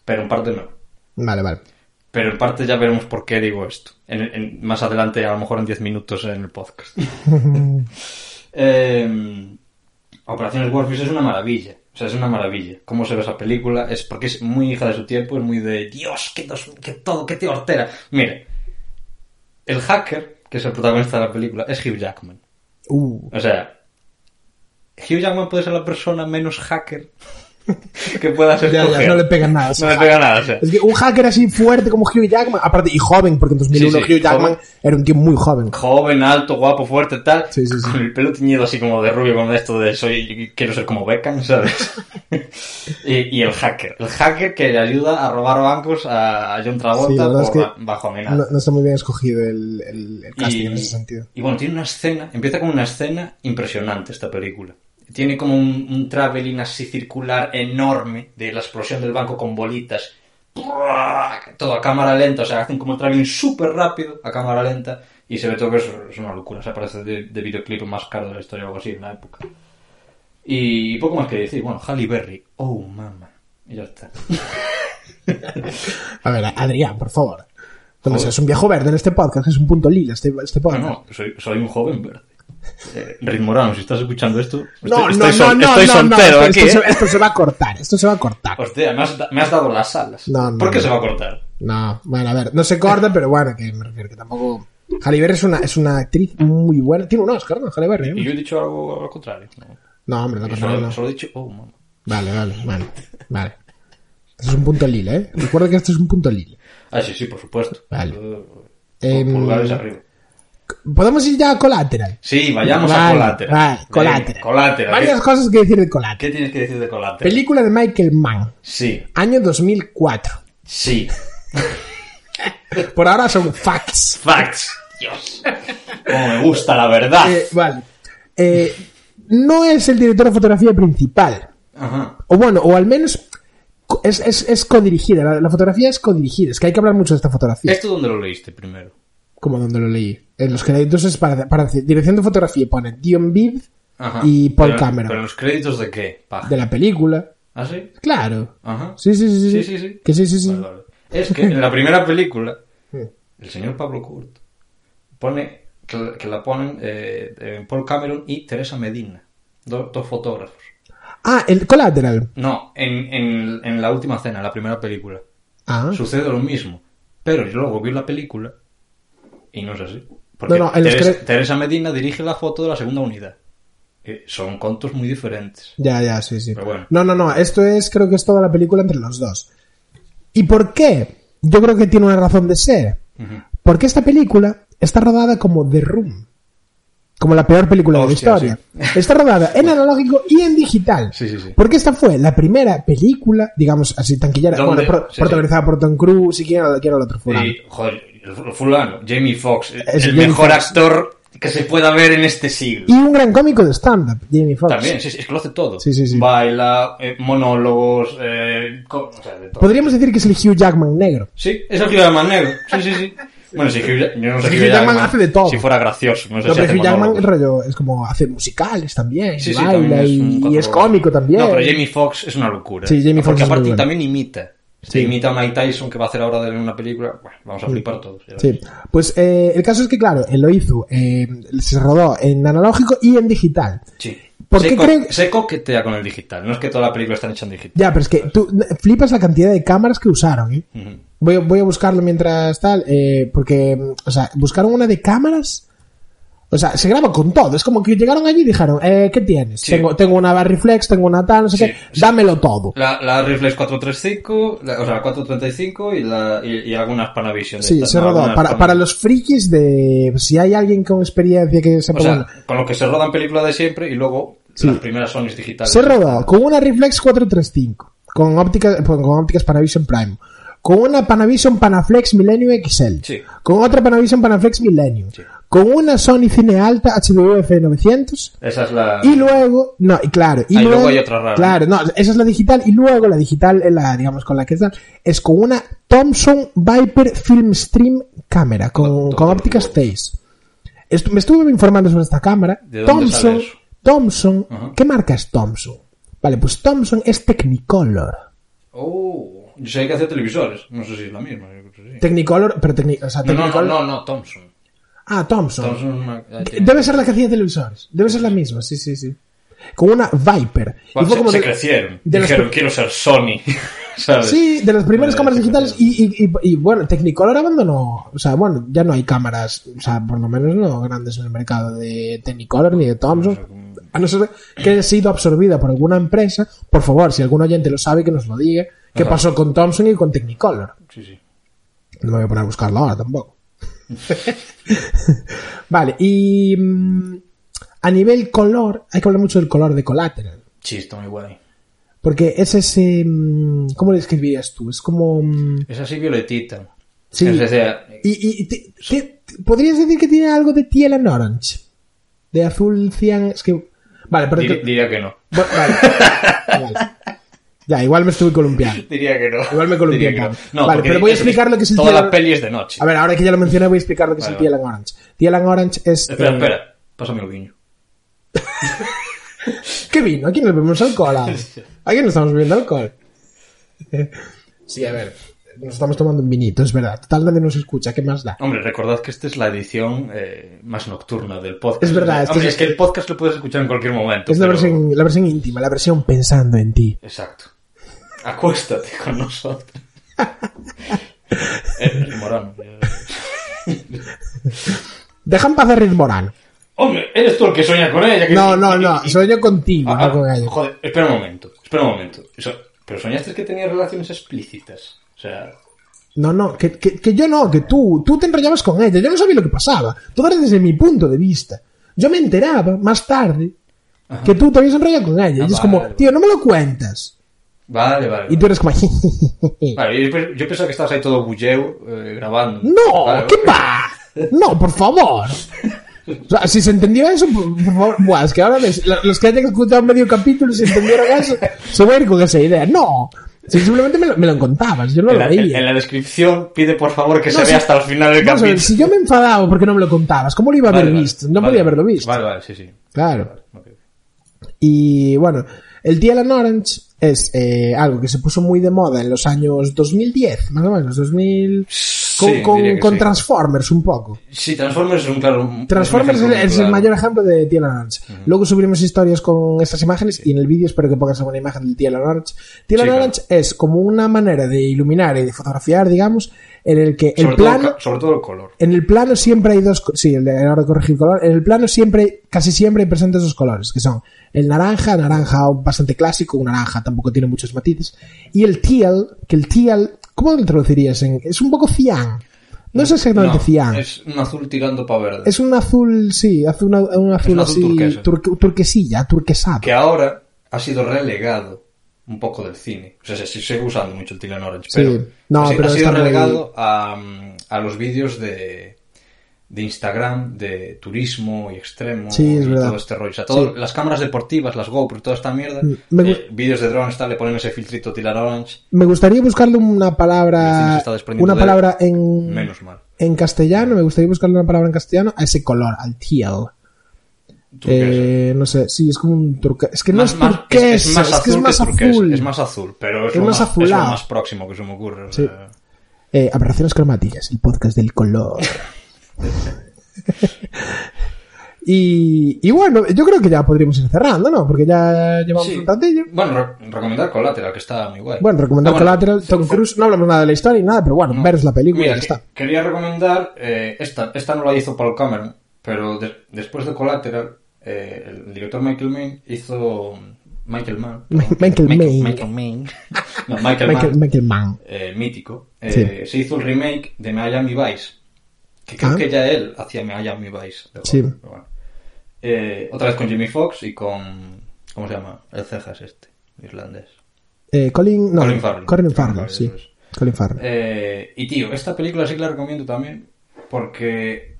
[SPEAKER 2] Pero en parte no.
[SPEAKER 1] Vale, vale.
[SPEAKER 2] Pero en parte ya veremos por qué digo esto. En- en- más adelante, a lo mejor en 10 minutos en el podcast. Eh, Operaciones Warfish es una maravilla. O sea, es una maravilla. Cómo se ve esa película. Es porque es muy hija de su tiempo. Es muy de Dios, que, dos- que todo, que te hortera. Mire, el hacker, que es el protagonista de la película, es Hugh Jackman.
[SPEAKER 1] Uh,
[SPEAKER 2] O sea, Hugh Jackman puede ser la persona menos hacker que pueda ser.
[SPEAKER 1] Ya, ya, no le pegan nada, sí.
[SPEAKER 2] No le pega nada, o sea.
[SPEAKER 1] es que un hacker así fuerte como Hugh Jackman, aparte y joven, porque en 2001
[SPEAKER 2] Sí, sí,
[SPEAKER 1] Hugh Jackman
[SPEAKER 2] joven.
[SPEAKER 1] era un tío muy joven.
[SPEAKER 2] joven, alto, guapo, fuerte, tal,
[SPEAKER 1] Sí, sí, sí.
[SPEAKER 2] con el pelo teñido así como de rubio, con esto de soy, quiero ser como Beckham, ¿sabes? y, y el hacker, el hacker que le ayuda a robar bancos a, a John
[SPEAKER 1] Sí, la
[SPEAKER 2] Travolta
[SPEAKER 1] verdad
[SPEAKER 2] por
[SPEAKER 1] es que
[SPEAKER 2] ba- bajo amenaza.
[SPEAKER 1] No, no está muy bien escogido el, el- el casting en ese sentido.
[SPEAKER 2] Y bueno, tiene una escena, empieza con una escena impresionante esta película. Tiene como un, un traveling así circular enorme de la explosión del banco con bolitas. ¡Buah! Todo a cámara lenta, o sea, hacen como un traveling súper rápido a cámara lenta y se ve todo que es, es una locura. O sea, parece de, de videoclip más caro de la historia o algo así en la época. Y poco más que decir. Bueno, Halle Berry. Oh, mamá. Y ya está.
[SPEAKER 1] A ver, Adrián, por favor. Entonces,
[SPEAKER 2] Joder.
[SPEAKER 1] es un viejo verde en este podcast, es un punto lila este, este
[SPEAKER 2] No,
[SPEAKER 1] podcast.
[SPEAKER 2] no, soy, soy un joven verde. Eh, Rick Morano, si estás escuchando esto, estoy,
[SPEAKER 1] No,
[SPEAKER 2] estoy
[SPEAKER 1] no,
[SPEAKER 2] sol-
[SPEAKER 1] no,
[SPEAKER 2] estoy
[SPEAKER 1] no, no,
[SPEAKER 2] soltero
[SPEAKER 1] no,
[SPEAKER 2] aquí.
[SPEAKER 1] esto,
[SPEAKER 2] ¿eh?
[SPEAKER 1] se, esto se va a cortar, esto se va a cortar.
[SPEAKER 2] Hostia, me has, da- me has dado las alas.
[SPEAKER 1] No, no,
[SPEAKER 2] ¿Por qué
[SPEAKER 1] no.
[SPEAKER 2] se va a cortar?
[SPEAKER 1] No, bueno, a ver, no se corta, pero bueno, que me refiero que tampoco... Halle Berry es una, es una actriz muy buena. Tiene un Oscar, ¿no? Halle Berry.
[SPEAKER 2] Y
[SPEAKER 1] ¿no?
[SPEAKER 2] yo he dicho algo al contrario. ¿no?
[SPEAKER 1] No, hombre, no
[SPEAKER 2] Y
[SPEAKER 1] pasa
[SPEAKER 2] solo,
[SPEAKER 1] Pues nada. no.
[SPEAKER 2] solo he dicho, oh, mamá.
[SPEAKER 1] Vale, vale, vale, vale. Esto es un punto lila, ¿eh? Recuerda que esto es un punto lila.
[SPEAKER 2] Ah, sí, sí, por supuesto.
[SPEAKER 1] Vale.
[SPEAKER 2] Eh,
[SPEAKER 1] Em,
[SPEAKER 2] Pulgares arriba.
[SPEAKER 1] ¿Podemos ir ya a Collateral?
[SPEAKER 2] Sí, vayamos a
[SPEAKER 1] Vale,
[SPEAKER 2] Collateral.
[SPEAKER 1] Vale,
[SPEAKER 2] Venga,
[SPEAKER 1] Collateral.
[SPEAKER 2] Collateral. ¿eh?
[SPEAKER 1] Varias
[SPEAKER 2] ¿Qué,
[SPEAKER 1] cosas que decir de Collateral.
[SPEAKER 2] qué tienes que decir de Collateral?
[SPEAKER 1] Película de Michael Mann,
[SPEAKER 2] Sí,
[SPEAKER 1] año 2004.
[SPEAKER 2] sí.
[SPEAKER 1] Por ahora son facts.
[SPEAKER 2] Facts. Dios. Como me gusta la verdad.
[SPEAKER 1] Eh, vale. Eh, no es el director de fotografía principal.
[SPEAKER 2] Ajá.
[SPEAKER 1] O bueno, o al menos co- es, es, es codirigida. La, la fotografía es codirigida. Es que hay que hablar mucho de esta fotografía.
[SPEAKER 2] ¿Esto dónde lo leíste primero?
[SPEAKER 1] Como donde lo leí. En los créditos es para, para decir, dirección de fotografía. Pone Dion Bib
[SPEAKER 2] Ajá.
[SPEAKER 1] y Paul
[SPEAKER 2] Pero-
[SPEAKER 1] Cameron.
[SPEAKER 2] ¿Pero los créditos de qué? Paja.
[SPEAKER 1] de la película.
[SPEAKER 2] ¿Ah, sí?
[SPEAKER 1] Claro.
[SPEAKER 2] Ajá.
[SPEAKER 1] Sí, sí, sí.
[SPEAKER 2] Sí, sí, sí.
[SPEAKER 1] Que sí, sí, Eh. sí.
[SPEAKER 2] Vale, vale. Es que en la primera película, el señor Pablo Kurt pone que, la- que la ponen eh, eh, Paul Cameron y Teresa Medina, do- dos fotógrafos.
[SPEAKER 1] Ah, el Collateral.
[SPEAKER 2] No, en, en- en la última cena, la primera película,
[SPEAKER 1] Ah.
[SPEAKER 2] sucede lo mismo. Pero yo luego vi la película y no es así. Porque
[SPEAKER 1] No, no, en los
[SPEAKER 2] Teresa,
[SPEAKER 1] cre-
[SPEAKER 2] Teresa Medina dirige la foto de la segunda unidad. Eh, son contos muy diferentes.
[SPEAKER 1] Ya, ya, sí, sí.
[SPEAKER 2] Pero bueno.
[SPEAKER 1] No, no, no. Esto es, creo que es toda la película entre los dos. ¿Y por qué? Yo creo que tiene una razón de ser.
[SPEAKER 2] Ujú.
[SPEAKER 1] Porque esta película está rodada como The Room. Como la peor película
[SPEAKER 2] Hostia,
[SPEAKER 1] de la historia. Está rodada en analógico y en digital.
[SPEAKER 2] Sí, sí, sí.
[SPEAKER 1] Porque esta fue la primera película, digamos así, tanquillera,
[SPEAKER 2] ¿Dónde?
[SPEAKER 1] bueno, pro-
[SPEAKER 2] Sí, sí.
[SPEAKER 1] protagonizada por Tom Cruise y quién era, quién era el otro fulano.
[SPEAKER 2] Sí, joder, el fulano, Jamie Foxx, el
[SPEAKER 1] Es
[SPEAKER 2] el
[SPEAKER 1] Jamie
[SPEAKER 2] mejor
[SPEAKER 1] Foxx.
[SPEAKER 2] actor que se pueda ver en este
[SPEAKER 1] Y
[SPEAKER 2] siglo.
[SPEAKER 1] un gran cómico de stand-up, Jamie Foxx.
[SPEAKER 2] También, sí, sí, es que lo hace todo.
[SPEAKER 1] Sí, sí, sí.
[SPEAKER 2] Baila, eh, monólogos, eh, co- o sea, de todo.
[SPEAKER 1] Podríamos decir que es el Hugh Jackman negro.
[SPEAKER 2] Sí, es el Hugh Jackman negro. Sí, sí, sí. Bueno, si Hugh, yo no sé
[SPEAKER 1] Hugh
[SPEAKER 2] Hugh
[SPEAKER 1] Jackman hace de todo.
[SPEAKER 2] Si fuera gracioso, no sé
[SPEAKER 1] No,
[SPEAKER 2] si
[SPEAKER 1] pero
[SPEAKER 2] hace
[SPEAKER 1] Hugh Jackman el
[SPEAKER 2] monólogos.
[SPEAKER 1] rollo es como hace musicales también,
[SPEAKER 2] Sí,
[SPEAKER 1] y
[SPEAKER 2] sí,
[SPEAKER 1] baila
[SPEAKER 2] también es
[SPEAKER 1] y-
[SPEAKER 2] un
[SPEAKER 1] y, es
[SPEAKER 2] cotorro.
[SPEAKER 1] cómico también.
[SPEAKER 2] No, pero Jamie Foxx es una locura.
[SPEAKER 1] Sí, Jamie Foxx
[SPEAKER 2] Porque
[SPEAKER 1] es muy
[SPEAKER 2] aparte
[SPEAKER 1] bueno.
[SPEAKER 2] también imita.
[SPEAKER 1] Sí.
[SPEAKER 2] Se imita a Mike Tyson que va a hacer ahora de una película. Bueno, vamos a flipar todos. ya
[SPEAKER 1] Sí,
[SPEAKER 2] ves.
[SPEAKER 1] pues eh, el caso es que, claro, él lo hizo, eh, se rodó en analógico y en digital.
[SPEAKER 2] Sí.
[SPEAKER 1] ¿Por
[SPEAKER 2] se,
[SPEAKER 1] qué
[SPEAKER 2] co-
[SPEAKER 1] creo-
[SPEAKER 2] se coquetea con el digital. No es que toda la película está hecha en digital.
[SPEAKER 1] Ya, pero es que tú n- flipas la cantidad de cámaras que usaron, ¿eh?
[SPEAKER 2] Ujú.
[SPEAKER 1] Voy, a- voy a buscarlo mientras tal, eh, porque, mm, o sea, buscaron una de cámaras. O sea, se graba con todo. Es como que llegaron allí y dijeron, eh, ¿qué tienes?
[SPEAKER 2] Sí.
[SPEAKER 1] Tengo, tengo una Barriflex, tengo una tal, no sé
[SPEAKER 2] Sí,
[SPEAKER 1] qué.
[SPEAKER 2] sí.
[SPEAKER 1] Dámelo todo.
[SPEAKER 2] La, la Reflex 435, la- o sea, la 435 y, la, y, y algunas Panavision. de
[SPEAKER 1] Sí,
[SPEAKER 2] estas,
[SPEAKER 1] se
[SPEAKER 2] ¿no?
[SPEAKER 1] rodó.
[SPEAKER 2] Algunas
[SPEAKER 1] Para,
[SPEAKER 2] Pan-
[SPEAKER 1] para los frikis de... Si hay alguien con experiencia que sepa...
[SPEAKER 2] O sea,
[SPEAKER 1] bueno,
[SPEAKER 2] con lo que se rodan películas de siempre y luego las primeras Sony digitales.
[SPEAKER 1] se rodó con una Reflex 435, con ópticas, con ópticas Panavision Prime, con una Panavision Panaflex Millennium XL,
[SPEAKER 2] Sí.
[SPEAKER 1] con otra Panavision Panaflex Millennium,
[SPEAKER 2] Sí.
[SPEAKER 1] con una Sony Cine Alta HDF 900
[SPEAKER 2] Esa es la...
[SPEAKER 1] y luego, no, y claro, y
[SPEAKER 2] Ah, y
[SPEAKER 1] luego,
[SPEAKER 2] luego hay otra rara.
[SPEAKER 1] Claro, no, esa es la digital y luego la digital, eh, la, digamos, con la que está, es con una Thomson Viper Film Stream cámara, con,
[SPEAKER 2] Otro
[SPEAKER 1] con ópticas
[SPEAKER 2] huevo.
[SPEAKER 1] Zeiss. Est- me estuve informando sobre esta cámara.
[SPEAKER 2] ¿De dónde
[SPEAKER 1] Thompson.
[SPEAKER 2] sale eso?
[SPEAKER 1] Thompson.
[SPEAKER 2] Ajá.
[SPEAKER 1] ¿Qué marca es Thompson? Vale, pues Thompson es Technicolor.
[SPEAKER 2] Oh, yo sabía que hacía televisores. No sé si es la misma. yo creo que sí.
[SPEAKER 1] Technicolor, pero Techni- o sea,
[SPEAKER 2] No, no, no,
[SPEAKER 1] Technicolor.
[SPEAKER 2] no, no, Thompson.
[SPEAKER 1] Ah, Thompson.
[SPEAKER 2] Thompson es una- ah, tiene-
[SPEAKER 1] Debe ser la que hacía televisores. Debe ser la misma, sí, sí, sí. Con una Viper. Y fue
[SPEAKER 2] Bueno, se,
[SPEAKER 1] como
[SPEAKER 2] se
[SPEAKER 1] de-
[SPEAKER 2] crecieron.
[SPEAKER 1] de las
[SPEAKER 2] Dijeron,
[SPEAKER 1] pr-
[SPEAKER 2] quiero ser Sony. ¿Sabes?
[SPEAKER 1] Sí, de las primeras
[SPEAKER 2] Eh,
[SPEAKER 1] cámaras
[SPEAKER 2] se
[SPEAKER 1] digitales.
[SPEAKER 2] crecieron.
[SPEAKER 1] Y, y- y- y, bueno, Technicolor abandonó. O sea, bueno, ya no hay cámaras, o sea, por lo menos no grandes en el mercado de Technicolor ni de Thompson. A no ser que haya sido absorbida por alguna empresa. Por favor, si algún oyente lo sabe, que nos lo diga. ¿Qué
[SPEAKER 2] Ajá.
[SPEAKER 1] pasó con Thompson y con Technicolor?
[SPEAKER 2] Sí, sí.
[SPEAKER 1] No me voy a poner a buscarlo ahora tampoco. vale, y mm, a nivel color, hay que hablar mucho del color de Collateral.
[SPEAKER 2] Sí, está muy guay.
[SPEAKER 1] Porque es ese... mm, ¿Cómo le describirías tú? Es como... mm,
[SPEAKER 2] Es así violetita.
[SPEAKER 1] Sí.
[SPEAKER 2] Es ese-
[SPEAKER 1] Y, y- y te- te- te- podrías decir que tiene algo de Tiel and Orange. De azul cian... Es que... Vale, pero...
[SPEAKER 2] dir-
[SPEAKER 1] que-
[SPEAKER 2] diría que no.
[SPEAKER 1] Bueno, vale. Vale. Ya, igual me estuve columpiando.
[SPEAKER 2] Diría que no.
[SPEAKER 1] Igual me columpié
[SPEAKER 2] Diría
[SPEAKER 1] un
[SPEAKER 2] que
[SPEAKER 1] poco.
[SPEAKER 2] No,
[SPEAKER 1] Vale,
[SPEAKER 2] porque
[SPEAKER 1] pero voy a
[SPEAKER 2] es-
[SPEAKER 1] explicar lo que es el
[SPEAKER 2] Toda
[SPEAKER 1] cielo-
[SPEAKER 2] la peli es de noche.
[SPEAKER 1] A ver, ahora que ya lo mencioné voy a explicar lo que es
[SPEAKER 2] Vale,
[SPEAKER 1] el Tiel and Orange. Tiel and Orange es...
[SPEAKER 2] espera,
[SPEAKER 1] eh,
[SPEAKER 2] espera. Pásame el guiño.
[SPEAKER 1] ¿Qué vino? Aquí no bebemos alcohol. ahora. Aquí no estamos bebiendo alcohol. Sí, a ver. Nos estamos tomando un vinito, es verdad. Total, nadie nos escucha. ¿Qué más da?
[SPEAKER 2] Hombre, recordad que esta es la edición eh, más nocturna del podcast.
[SPEAKER 1] Es verdad, este es que-
[SPEAKER 2] Hombre, es que el podcast lo puedes escuchar en cualquier momento.
[SPEAKER 1] Es la
[SPEAKER 2] pero-
[SPEAKER 1] versión, la versión íntima, la versión pensando en ti.
[SPEAKER 2] Exacto. Acuéstate con nosotros. el Morano. eh.
[SPEAKER 1] Dejan paz a Riz Morán.
[SPEAKER 2] Hombre, eres tú el que sueña con ella. que
[SPEAKER 1] No,
[SPEAKER 2] sí.
[SPEAKER 1] no, no.
[SPEAKER 2] Y- y-
[SPEAKER 1] Sueño contigo,
[SPEAKER 2] Ah,
[SPEAKER 1] no con ellos.
[SPEAKER 2] joder, espera un momento. Espera un momento. Eso- pero soñaste que tenías relaciones explícitas. O sea,
[SPEAKER 1] No, no, que, que- que yo no, que tú, tú te enrollabas con ella. Yo no sabía lo que pasaba. Todo era desde mi punto de vista. Yo me enteraba más tarde que tú te habías enrollado con ella.
[SPEAKER 2] Ah,
[SPEAKER 1] y es
[SPEAKER 2] vale,
[SPEAKER 1] como,
[SPEAKER 2] vale.
[SPEAKER 1] tío, no me lo cuentas.
[SPEAKER 2] vale, vale.
[SPEAKER 1] Y tú eres como, jejeje.
[SPEAKER 2] Vale, y después- yo pensaba que estabas ahí todo bulleo eh, grabando.
[SPEAKER 1] No,
[SPEAKER 2] Vale,
[SPEAKER 1] ¿qué
[SPEAKER 2] vale.
[SPEAKER 1] va? No, por favor. O sea, si se entendiera eso, por por favor. Buah, es que ahora ves, lo- los que hayan escuchado medio capítulo y se entendieron eso, se van a ir con esa idea. No. Si simplemente me lo, me lo contabas, yo no
[SPEAKER 2] En
[SPEAKER 1] lo
[SPEAKER 2] la, en-
[SPEAKER 1] veía.
[SPEAKER 2] en la descripción pide por favor que
[SPEAKER 1] No,
[SPEAKER 2] se
[SPEAKER 1] si-
[SPEAKER 2] vea hasta el final del
[SPEAKER 1] Vamos a ver, si
[SPEAKER 2] capítulo.
[SPEAKER 1] yo me enfadaba porque no me lo contabas, ¿cómo lo iba a
[SPEAKER 2] Vale,
[SPEAKER 1] haber
[SPEAKER 2] vale,
[SPEAKER 1] visto? No
[SPEAKER 2] vale.
[SPEAKER 1] podía haberlo visto.
[SPEAKER 2] Vale, vale, sí, sí.
[SPEAKER 1] Claro.
[SPEAKER 2] Vale, vale, ok.
[SPEAKER 1] Y bueno, el Tiel and Orange es eh, algo que se puso muy de moda en los años 2010, más o menos, 2000, con,
[SPEAKER 2] Sí,
[SPEAKER 1] con-
[SPEAKER 2] diría que
[SPEAKER 1] con
[SPEAKER 2] sí.
[SPEAKER 1] Transformers un poco.
[SPEAKER 2] Sí, Transformers es un claro. un-
[SPEAKER 1] Transformers
[SPEAKER 2] es un ejemplo
[SPEAKER 1] es
[SPEAKER 2] muy
[SPEAKER 1] el
[SPEAKER 2] claro.
[SPEAKER 1] mayor ejemplo de Tiel and Orange. Luego subiremos historias con estas imágenes y en el vídeo espero que pongas alguna imagen del Tiel and Orange. Tiel and
[SPEAKER 2] Sí, claro.
[SPEAKER 1] Orange es como una manera de iluminar y de fotografiar, digamos, en el que el
[SPEAKER 2] Sobre todo
[SPEAKER 1] plano...
[SPEAKER 2] ca- sobre todo el color.
[SPEAKER 1] En el plano siempre hay dos, co- sí, el de- a la hora de corregir color, en el plano siempre, casi siempre hay presentes dos colores, que son el naranja, naranja bastante clásico, un naranja tampoco tiene muchos matices, y el teal, que el teal, ¿cómo lo traducirías? En, es un poco cian, no es exactamente
[SPEAKER 2] No,
[SPEAKER 1] cian, es,
[SPEAKER 2] es un azul tirando para verde.
[SPEAKER 1] un azul, sí, azul, una- un azul,
[SPEAKER 2] azul
[SPEAKER 1] así,
[SPEAKER 2] turquesa.
[SPEAKER 1] turque- turquesilla, turquesado.
[SPEAKER 2] que ahora ha sido relegado un poco del cine. O sea, se se sigue usando mucho el Tilan Orange,
[SPEAKER 1] Sí.
[SPEAKER 2] pero,
[SPEAKER 1] No,
[SPEAKER 2] ha sido-
[SPEAKER 1] pero
[SPEAKER 2] ha sido
[SPEAKER 1] está muy-
[SPEAKER 2] relegado a, mm, a los vídeos de, de Instagram de turismo y extremo
[SPEAKER 1] Sí, es
[SPEAKER 2] y
[SPEAKER 1] verdad.
[SPEAKER 2] todo este rollo. O sea, todo- las cámaras deportivas, las GoPro, toda esta mierda,
[SPEAKER 1] Mm, me gu-
[SPEAKER 2] eh, vídeos de drones, tal, le ponen ese filtrito Tilan Orange,
[SPEAKER 1] Me gustaría buscarle una
[SPEAKER 2] El cine se
[SPEAKER 1] palabra,
[SPEAKER 2] está desprendiendo
[SPEAKER 1] una
[SPEAKER 2] de él.
[SPEAKER 1] palabra en,
[SPEAKER 2] menos mal.
[SPEAKER 1] en castellano, me gustaría buscarle una palabra en castellano a ese color, al teal.
[SPEAKER 2] ¿Tú qué crees?
[SPEAKER 1] Eh, no sé, sí, es como un turquesa. Es que no
[SPEAKER 2] Más-
[SPEAKER 1] es
[SPEAKER 2] más-
[SPEAKER 1] turquesa, es,
[SPEAKER 2] más
[SPEAKER 1] que es
[SPEAKER 2] azul
[SPEAKER 1] más
[SPEAKER 2] que turquesa,
[SPEAKER 1] azul.
[SPEAKER 2] es más azul, pero es,
[SPEAKER 1] Es
[SPEAKER 2] lo
[SPEAKER 1] más
[SPEAKER 2] más, es lo
[SPEAKER 1] azulado.
[SPEAKER 2] más próximo que se me ocurre. o
[SPEAKER 1] Sí.
[SPEAKER 2] sea.
[SPEAKER 1] Eh, aberraciones cromáticas, el podcast del color. y, y bueno, yo creo que ya podríamos ir cerrando, ¿no? Porque ya llevamos
[SPEAKER 2] Sí.
[SPEAKER 1] un tantillo.
[SPEAKER 2] Bueno, re- recomendar Collateral, que está muy guay.
[SPEAKER 1] Bueno, recomendar
[SPEAKER 2] Ah, Mm.
[SPEAKER 1] Collateral, Tom Cruise, no hablamos nada de la historia ni nada, pero bueno, veros la película y
[SPEAKER 2] Mira,
[SPEAKER 1] ya está.
[SPEAKER 2] que- quería recomendar, eh, esta, esta no la hizo Paul Cameron, pero de- después de Collateral, eh, el director Michael Mann hizo... Michael Mann. perdón.
[SPEAKER 1] Michael Mann.
[SPEAKER 2] Michael Mann. No, Michael,
[SPEAKER 1] Michael,
[SPEAKER 2] Mann,
[SPEAKER 1] Michael Mann.
[SPEAKER 2] eh, mítico. eh,
[SPEAKER 1] Sí.
[SPEAKER 2] Se hizo el remake de Miami Vice, que creo
[SPEAKER 1] Ah.
[SPEAKER 2] que ya él hacía Miami Vice. de
[SPEAKER 1] Sí.
[SPEAKER 2] joven, pero bueno. Eh, otra vez con Jimmy Fox y con... ¿Cómo se llama? El cejas este, irlandés.
[SPEAKER 1] Eh, Colin, no,
[SPEAKER 2] Colin Farrell.
[SPEAKER 1] Colin
[SPEAKER 2] Colin Farrell,
[SPEAKER 1] sí.
[SPEAKER 2] eso es.
[SPEAKER 1] Colin Farrell.
[SPEAKER 2] Eh, y tío, esta película sí que la recomiendo también porque,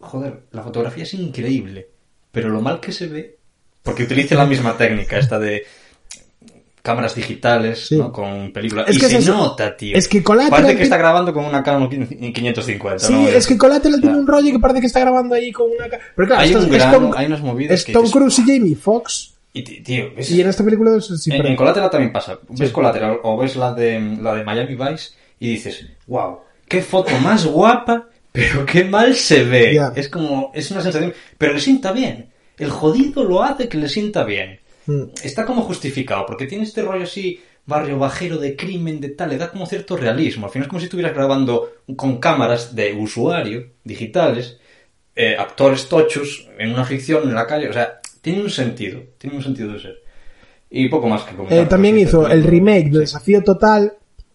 [SPEAKER 2] joder, la fotografía es increíble, pero lo mal que se ve, porque utiliza la misma técnica, esta de cámaras digitales,
[SPEAKER 1] Sí.
[SPEAKER 2] ¿no? Con películas.
[SPEAKER 1] Es
[SPEAKER 2] y
[SPEAKER 1] que
[SPEAKER 2] se
[SPEAKER 1] es eso.
[SPEAKER 2] nota, tío.
[SPEAKER 1] Es que Collateral
[SPEAKER 2] Parece que
[SPEAKER 1] tiene-
[SPEAKER 2] está grabando con una Canon 550.
[SPEAKER 1] Sí,
[SPEAKER 2] ¿no?
[SPEAKER 1] es que Collateral
[SPEAKER 2] o sea,
[SPEAKER 1] tiene un rollo que parece que está grabando ahí con una... ca- Pero claro,
[SPEAKER 2] Hay
[SPEAKER 1] esto es-
[SPEAKER 2] un
[SPEAKER 1] es
[SPEAKER 2] grano,
[SPEAKER 1] Tom-
[SPEAKER 2] hay unas movidas
[SPEAKER 1] Es
[SPEAKER 2] que
[SPEAKER 1] Tom
[SPEAKER 2] dices,
[SPEAKER 1] Cruise y Jamie Foxx.
[SPEAKER 2] Y, t- tío, ves-
[SPEAKER 1] Y en esta película... es- Sí,
[SPEAKER 2] en,
[SPEAKER 1] pero-
[SPEAKER 2] en Collateral también pasa. Ves
[SPEAKER 1] Sí.
[SPEAKER 2] Collateral o ves la de, la de Miami Vice y dices, wow, qué foto más guapa, pero qué mal se ve.
[SPEAKER 1] Ya.
[SPEAKER 2] Es como, es una sensación, pero le sienta bien. El jodido lo hace que le sienta bien.
[SPEAKER 1] Mm.
[SPEAKER 2] Está como justificado, porque tiene este rollo así, barrio bajero de crimen, de tal, le da como cierto realismo. Al final es como si estuvieras grabando con cámaras de usuario, digitales, eh, actores tochos, en una ficción, en la calle. O sea, tiene un sentido, tiene un sentido de ser. Y poco más que comentar.
[SPEAKER 1] Eh, también hizo el remake de Desafío Total,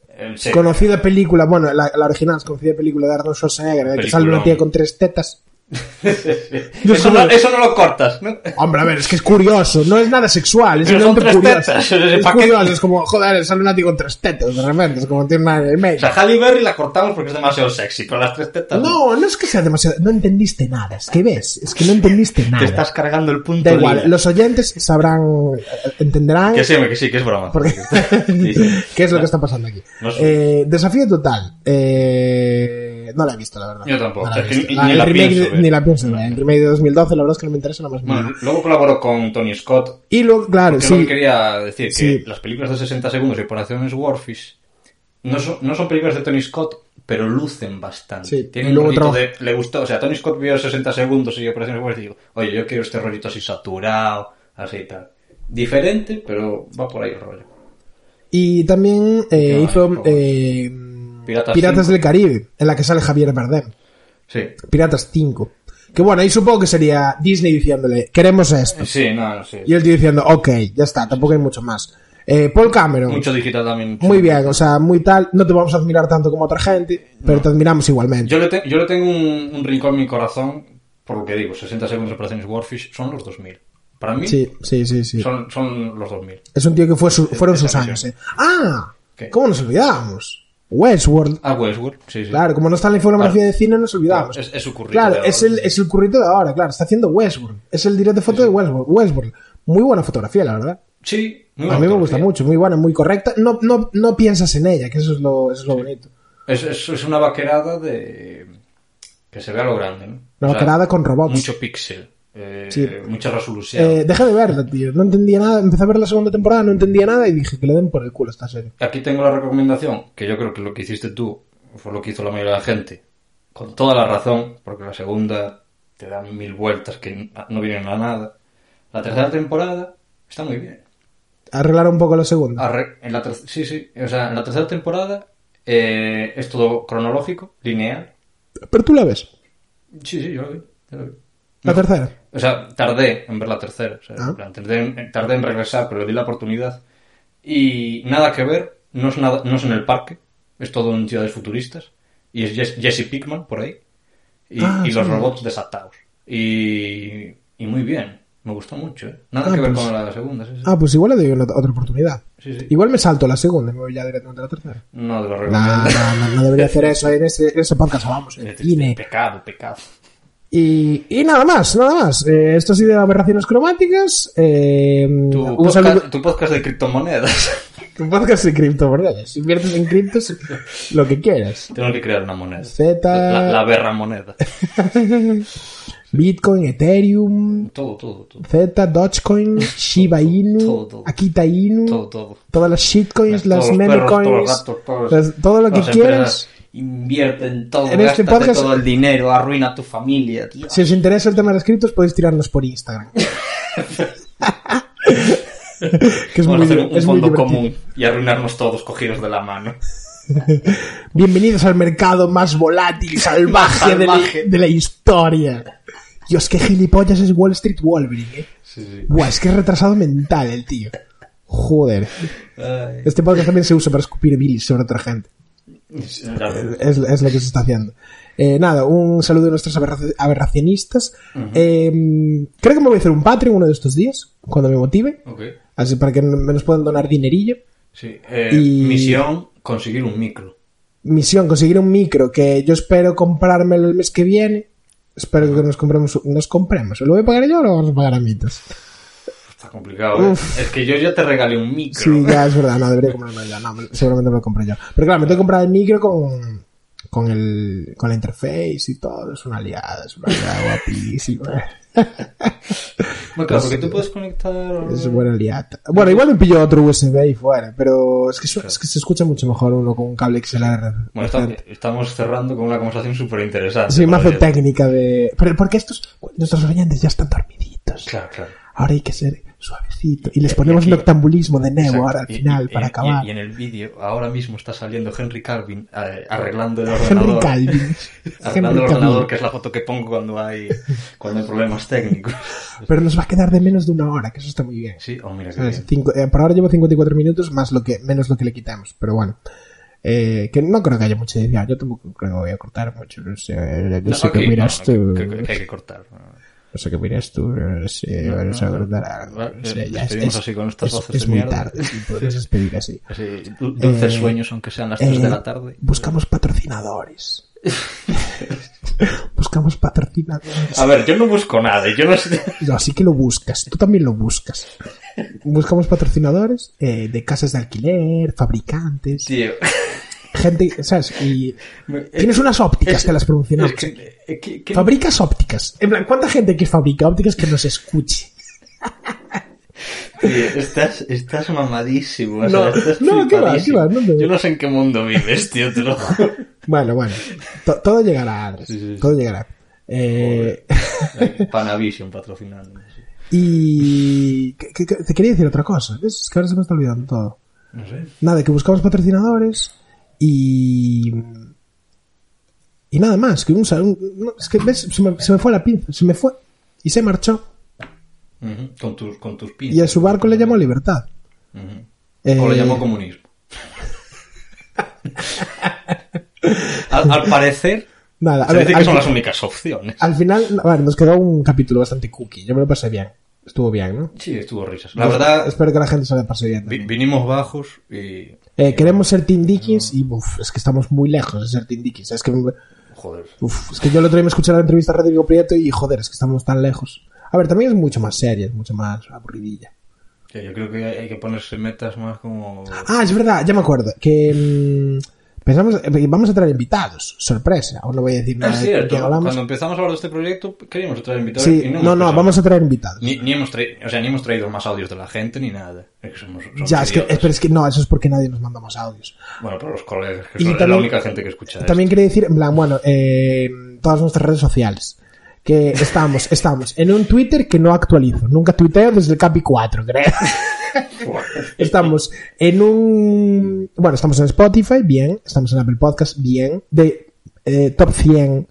[SPEAKER 2] Eh, sí.
[SPEAKER 1] conocida película, bueno, la, la original es conocida película de Arnold Schwarzenegger, de que
[SPEAKER 2] Peliculón.
[SPEAKER 1] sale una tía con tres tetas. Yo
[SPEAKER 2] eso, no,
[SPEAKER 1] solo-
[SPEAKER 2] eso no lo cortas, ¿no?
[SPEAKER 1] Hombre, a ver, es que es curioso, no es nada sexual, es
[SPEAKER 2] Pero son
[SPEAKER 1] simplemente
[SPEAKER 2] tres
[SPEAKER 1] curioso.
[SPEAKER 2] tetas,
[SPEAKER 1] Es
[SPEAKER 2] ¿pa' qué?
[SPEAKER 1] curioso, es como, joder, sale una tía con tres tetas, de repente, es como tiene una en el medio.
[SPEAKER 2] O sea, Halle Berry la cortamos porque es demasiado sexy, pero las tres tetas...
[SPEAKER 1] No, no es que sea demasiado, no entendiste nada, es que ves, es que no entendiste nada.
[SPEAKER 2] Te estás cargando el punto
[SPEAKER 1] Da igual,
[SPEAKER 2] lila.
[SPEAKER 1] los oyentes sabrán, eh, entenderán
[SPEAKER 2] Que sí, que sí, que es broma.
[SPEAKER 1] porque-
[SPEAKER 2] Sí, sí.
[SPEAKER 1] qué es lo que está pasando aquí.
[SPEAKER 2] No sé.
[SPEAKER 1] Eh, desafío total. Eh, no la he visto, la verdad.
[SPEAKER 2] Yo tampoco.
[SPEAKER 1] No la he
[SPEAKER 2] Es que
[SPEAKER 1] visto.
[SPEAKER 2] ni-
[SPEAKER 1] Ah,
[SPEAKER 2] ni
[SPEAKER 1] el
[SPEAKER 2] la
[SPEAKER 1] remake
[SPEAKER 2] pienso
[SPEAKER 1] de-
[SPEAKER 2] ver.
[SPEAKER 1] ni la pienso. ver. El remake de 2012, la verdad es que no me interesa nada más.
[SPEAKER 2] Bueno, luego colaboró con Tony Scott.
[SPEAKER 1] y luego, claro,
[SPEAKER 2] Que es lo
[SPEAKER 1] sí.
[SPEAKER 2] que quería decir, que
[SPEAKER 1] Sí.
[SPEAKER 2] las películas de 60 segundos y operaciones Warfish no son, no son películas de Tony Scott, pero lucen bastante.
[SPEAKER 1] Sí,
[SPEAKER 2] Tienen
[SPEAKER 1] y luego
[SPEAKER 2] un rollito
[SPEAKER 1] trabaja-
[SPEAKER 2] de- Le gustó, o sea, Tony Scott vio 60 segundos y operaciones Warfish y dijo, oye, yo quiero este rollito así saturado, así y tal. Diferente, pero va por ahí el rollo.
[SPEAKER 1] Y también eh,
[SPEAKER 2] Ay,
[SPEAKER 1] hizo
[SPEAKER 2] joder.
[SPEAKER 1] eh,
[SPEAKER 2] Piratas
[SPEAKER 1] Piratas,
[SPEAKER 2] 5.
[SPEAKER 1] del Caribe, en la que sale Javier Bardem.
[SPEAKER 2] Sí.
[SPEAKER 1] Piratas 5. Que bueno, ahí supongo que sería Disney diciéndole, queremos esto.
[SPEAKER 2] Sí, no, no sé.
[SPEAKER 1] Y el tío diciendo, ok, ya está, tampoco hay mucho más. Eh, Paul Cameron.
[SPEAKER 2] Mucho digital también.
[SPEAKER 1] Muy bien, o sea, muy tal. No te vamos a admirar tanto como otra gente, pero te admiramos igualmente.
[SPEAKER 2] Yo le, te- yo le tengo un, un rincón en mi corazón, por lo que digo, 60 segundos de operaciones Warfish son los 2000. Para mí,
[SPEAKER 1] Sí, sí, sí, sí.
[SPEAKER 2] son, son los 2000.
[SPEAKER 1] Es un tío que fue su- fueron
[SPEAKER 2] esa
[SPEAKER 1] sus años,
[SPEAKER 2] visión.
[SPEAKER 1] eh. ¡Ah!
[SPEAKER 2] ¿Qué?
[SPEAKER 1] ¿Cómo nos olvidamos? Westworld.
[SPEAKER 2] Ah, Westworld, sí, sí.
[SPEAKER 1] Claro, como no está en la infografía de cine, nos olvidamos.
[SPEAKER 2] Claro, es- es su currito de
[SPEAKER 1] Claro,
[SPEAKER 2] ahora.
[SPEAKER 1] es el, es el currito de ahora, claro. Está haciendo Westworld. Es el directo de foto de Westworld. Westworld. Muy buena fotografía, la verdad.
[SPEAKER 2] Sí, muy
[SPEAKER 1] A
[SPEAKER 2] buena
[SPEAKER 1] mí me gusta
[SPEAKER 2] fotografía.
[SPEAKER 1] mucho, muy buena, muy correcta. No, no, no piensas en ella, que eso es lo, eso es lo bonito.
[SPEAKER 2] Es, es, es una vaquerada de. que se ve a lo grande, ¿no?
[SPEAKER 1] Una
[SPEAKER 2] O sea,
[SPEAKER 1] vaquerada con robots.
[SPEAKER 2] Mucho pixel, eh,
[SPEAKER 1] Sí.
[SPEAKER 2] mucha resolución.
[SPEAKER 1] Eh, dejé de verla, tío. No entendía nada. Empecé a ver la segunda temporada, no entendía nada y dije que le den por el culo a esta serie.
[SPEAKER 2] Aquí tengo la recomendación, que yo creo que lo que hiciste tú fue lo que hizo la mayoría de la gente, con toda la razón, porque la segunda te da mil vueltas que n- no vienen a nada. La tercera temporada está muy bien.
[SPEAKER 1] Arreglar un poco la segunda.
[SPEAKER 2] Arre- en la ter- sí, sí, o sea, en la tercera temporada eh, es todo cronológico, lineal.
[SPEAKER 1] Pero tú la ves.
[SPEAKER 2] Sí, sí, yo lo vi. yo lo vi.
[SPEAKER 1] La tercera.
[SPEAKER 2] O sea, tardé en ver la tercera. o sea,
[SPEAKER 1] Ah.
[SPEAKER 2] en plan, tardé, en, tardé en regresar, pero le di la oportunidad. Y nada que ver, no es, nada, no es en el parque, es todo en ciudades futuristas. Y es Jess- Jesse Pickman por ahí. Y,
[SPEAKER 1] Ah,
[SPEAKER 2] y los
[SPEAKER 1] sí.
[SPEAKER 2] robots desatados. Y, y muy bien, me gustó mucho. ¿eh? Nada
[SPEAKER 1] Ah,
[SPEAKER 2] que ver
[SPEAKER 1] pues.
[SPEAKER 2] con la segunda. Sí, sí.
[SPEAKER 1] Ah, pues igual le doy una- otra oportunidad.
[SPEAKER 2] Sí, sí.
[SPEAKER 1] Igual me salto la segunda y me voy ya directamente a la tercera.
[SPEAKER 2] No te lo
[SPEAKER 1] No,
[SPEAKER 2] recomiendo.
[SPEAKER 1] no, no, no debería hacer eso. En ese, en ese podcast vamos, el cine.
[SPEAKER 2] Pecado, pecado.
[SPEAKER 1] Y, y nada más, nada más. Eh, esto ha sido Aberraciones Cromáticas. Eh,
[SPEAKER 2] Tu,
[SPEAKER 1] un
[SPEAKER 2] podcast,
[SPEAKER 1] saludo-
[SPEAKER 2] tu podcast de criptomonedas.
[SPEAKER 1] tu podcast de criptomonedas. Inviertes en criptos lo que quieras.
[SPEAKER 2] Tengo que crear una moneda.
[SPEAKER 1] Zeta.
[SPEAKER 2] La, la berra moneda.
[SPEAKER 1] Bitcoin, Ethereum,
[SPEAKER 2] Todo, todo, todo.
[SPEAKER 1] Z, Dogecoin, Shiba
[SPEAKER 2] todo,
[SPEAKER 1] Inu,
[SPEAKER 2] todo.
[SPEAKER 1] Akita Inu,
[SPEAKER 2] Todo, todo.
[SPEAKER 1] todas las shitcoins,
[SPEAKER 2] Todos
[SPEAKER 1] Pues, las
[SPEAKER 2] los perros, todos
[SPEAKER 1] memecoins,
[SPEAKER 2] los gatos, todos-
[SPEAKER 1] las- todo lo que
[SPEAKER 2] todas las
[SPEAKER 1] quieras.
[SPEAKER 2] empresas Invierten todo,
[SPEAKER 1] En este
[SPEAKER 2] gástate
[SPEAKER 1] podcast-
[SPEAKER 2] todo el dinero, arruina a tu familia, tío.
[SPEAKER 1] Si os interesa el tema de los criptos, podéis tirarnos por Instagram. que es
[SPEAKER 2] Vamos
[SPEAKER 1] muy,
[SPEAKER 2] a hacer
[SPEAKER 1] di-
[SPEAKER 2] un
[SPEAKER 1] es muy
[SPEAKER 2] fondo
[SPEAKER 1] divertido.
[SPEAKER 2] común y arruinarnos todos cogidos de la mano.
[SPEAKER 1] Bienvenidos al mercado más volátil, salvaje, de, la,
[SPEAKER 2] Salvaje.
[SPEAKER 1] de la historia. Dios, qué gilipollas es Wall Street Wolverine, eh.
[SPEAKER 2] Sí, sí.
[SPEAKER 1] Buah, es que es retrasado mental el tío. Joder.
[SPEAKER 2] Ay.
[SPEAKER 1] Este podcast también se usa para escupir bilis sobre otra gente. Es, es lo que se está haciendo. Eh, nada, un saludo a nuestros aberra- aberracionistas. Eh, creo que me voy a hacer un Patreon uno de estos días, cuando me motive.
[SPEAKER 2] Ok,
[SPEAKER 1] Así para que me nos puedan donar dinerillo.
[SPEAKER 2] sí. Eh,
[SPEAKER 1] Y-
[SPEAKER 2] Misión, conseguir un micro.
[SPEAKER 1] Misión, conseguir un micro que yo espero comprármelo el mes que viene. Espero que nos compremos, nos compremos. ¿Lo voy a pagar yo o lo vamos a pagar a mitos?
[SPEAKER 2] Está complicado, ¿eh?
[SPEAKER 1] Uf.
[SPEAKER 2] Es que yo ya te regalé un micro.
[SPEAKER 1] Sí, ya es verdad, no debería comprarlo yo, no, me- seguramente me lo compré yo. Pero claro, me tengo que comprar el micro con, con, el, con la interface y todo, es una aliada, es una aliada guapísima.
[SPEAKER 2] Bueno, claro, porque tú puedes conectar...
[SPEAKER 1] Es buena aliada. Bueno, igual me pillo otro USB y fuera, pero es que, su- es que se escucha mucho mejor uno con un cable XLR.
[SPEAKER 2] Bueno, está- estamos cerrando con una conversación súper interesante.
[SPEAKER 1] Sí, más de técnica de... Pero porque estos, nuestros oyentes ya están dormiditos.
[SPEAKER 2] Claro, claro.
[SPEAKER 1] Ahora hay que ser suavecito. Y les ponemos noctambulismo de nuevo ahora al
[SPEAKER 2] Exacto. Y-
[SPEAKER 1] final
[SPEAKER 2] y-
[SPEAKER 1] para
[SPEAKER 2] y-
[SPEAKER 1] acabar.
[SPEAKER 2] Y, en el vídeo, ahora mismo está saliendo Henry Calvin eh, arreglando el
[SPEAKER 1] Henry
[SPEAKER 2] ordenador.
[SPEAKER 1] Calvin.
[SPEAKER 2] Arreglando
[SPEAKER 1] Henry
[SPEAKER 2] el
[SPEAKER 1] Calvin.
[SPEAKER 2] ordenador, que es la foto que pongo cuando hay, cuando hay problemas técnicos.
[SPEAKER 1] Pero nos va a quedar de menos de una hora, que eso está muy bien.
[SPEAKER 2] Sí, oh, mira qué
[SPEAKER 1] ¿Sabes?
[SPEAKER 2] bien.
[SPEAKER 1] Cinco- eh, por ahora llevo 54 minutos más lo que menos lo que le quitamos, pero bueno. Eh, que no creo que haya mucha edición. Yo tampoco creo que voy a cortar mucho. No sé, eh, no
[SPEAKER 2] No,
[SPEAKER 1] sé
[SPEAKER 2] ok,
[SPEAKER 1] qué miras
[SPEAKER 2] no,
[SPEAKER 1] tú.
[SPEAKER 2] que- que- que hay que cortar. ¿no?
[SPEAKER 1] No sé qué miras tú. No sé,
[SPEAKER 2] No,
[SPEAKER 1] vamos a
[SPEAKER 2] no,
[SPEAKER 1] cortar
[SPEAKER 2] va,
[SPEAKER 1] algo. No
[SPEAKER 2] eh,
[SPEAKER 1] sé, ya es,
[SPEAKER 2] despedimos
[SPEAKER 1] es-
[SPEAKER 2] así con estas
[SPEAKER 1] es-
[SPEAKER 2] voces
[SPEAKER 1] es
[SPEAKER 2] de
[SPEAKER 1] muy
[SPEAKER 2] mierda.
[SPEAKER 1] tarde. sí, podemos despedir así.
[SPEAKER 2] Así, du- dulces
[SPEAKER 1] Eh,
[SPEAKER 2] sueños, aunque sean las 3 de
[SPEAKER 1] Eh,
[SPEAKER 2] la tarde.
[SPEAKER 1] Buscamos patrocinadores. buscamos patrocinadores.
[SPEAKER 2] A ver, yo no busco nada, y yo no sé.
[SPEAKER 1] No, sí Pues que lo buscas. Tú también lo buscas. Buscamos patrocinadores eh, de casas de alquiler, fabricantes,
[SPEAKER 2] Tío.
[SPEAKER 1] gente, ¿sabes? Y
[SPEAKER 2] Me-
[SPEAKER 1] tienes unas ópticas
[SPEAKER 2] es-
[SPEAKER 1] que las promocionamos.
[SPEAKER 2] es que- eh, ¿qué- qué-
[SPEAKER 1] Fabricas ópticas. En plan, ¿cuánta gente que fabrica ópticas que nos escuche?
[SPEAKER 2] Tío, estás, estás mamadísimo. o sea,
[SPEAKER 1] No,
[SPEAKER 2] estás
[SPEAKER 1] no, ¿qué va, qué va, no te-
[SPEAKER 2] Yo no sé en qué mundo vives, tío, te lo juro.
[SPEAKER 1] Bueno, bueno. To- todo llegará, Andrés.
[SPEAKER 2] Sí, sí, sí.
[SPEAKER 1] Todo llegará. Eh,
[SPEAKER 2] Eh, Panavision patrocinando. sí.
[SPEAKER 1] y que- que- que- te quería decir otra cosa. ¿ves? Es que ahora se me está olvidando todo.
[SPEAKER 2] No sé.
[SPEAKER 1] Nada, que buscamos patrocinadores y. Y nada más, que un sal- un- no, es que ves, se me, se me fue la pinza, se me fue. Y se marchó.
[SPEAKER 2] Ujú, Con tus, con tus pinzas.
[SPEAKER 1] Y a su barco le llamó libertad.
[SPEAKER 2] Ujú.
[SPEAKER 1] Eh,
[SPEAKER 2] O le llamó comunismo. al, al parecer,
[SPEAKER 1] Nada, a
[SPEAKER 2] se
[SPEAKER 1] ver,
[SPEAKER 2] dice
[SPEAKER 1] al,
[SPEAKER 2] que son las
[SPEAKER 1] fi-
[SPEAKER 2] únicas opciones.
[SPEAKER 1] al final, a ver, nos quedó un capítulo bastante cookie. Yo me lo pasé bien. Estuvo bien, ¿no?
[SPEAKER 2] Sí, estuvo risas. La
[SPEAKER 1] Pues,
[SPEAKER 2] verdad,
[SPEAKER 1] Espero que la gente se lo pase bien.
[SPEAKER 2] vi-
[SPEAKER 1] también.
[SPEAKER 2] vinimos bajos y.
[SPEAKER 1] Eh, queremos ser Team Dickies y uf, es que estamos muy lejos de ser Team Dickies. Es que,
[SPEAKER 2] Joder.
[SPEAKER 1] uf, es que yo el otro día me escuché la entrevista a Rodrigo Prieto y joder, es que estamos tan lejos. A ver, también es mucho más seria, es mucho más aburridilla.
[SPEAKER 2] Sí, Yo creo que hay que ponerse metas más como.
[SPEAKER 1] Ah, es verdad, ya me acuerdo. Que mm, pensamos, eh, vamos a traer invitados, sorpresa. Aún no voy a decir nada.
[SPEAKER 2] Es
[SPEAKER 1] de quién
[SPEAKER 2] cierto,
[SPEAKER 1] hablamos.
[SPEAKER 2] cuando empezamos a hablar de este proyecto queríamos traer invitados
[SPEAKER 1] eh, Sí,
[SPEAKER 2] y no, hemos
[SPEAKER 1] no, no,
[SPEAKER 2] pensado.
[SPEAKER 1] vamos a traer invitados.
[SPEAKER 2] Ni, ni hemos traído, o sea, ni hemos traído más audios de la gente ni nada. Es que somos, somos
[SPEAKER 1] ya, es que,
[SPEAKER 2] idiotas.
[SPEAKER 1] eh, pero es que no, eso es porque nadie nos manda más audios.
[SPEAKER 2] Bueno, pero los colegas, que
[SPEAKER 1] Y
[SPEAKER 2] son la
[SPEAKER 1] también-
[SPEAKER 2] única gente que escucha esto.
[SPEAKER 1] También quería decir, en plan, bueno, eh, todas nuestras redes sociales. Que estamos, estamos en un Twitter que no actualizo. Nunca tuiteo desde el Capi 4, creo. Estamos en un... Bueno, estamos en Spotify, bien. Estamos en Apple Podcast, bien. De eh, Top 100.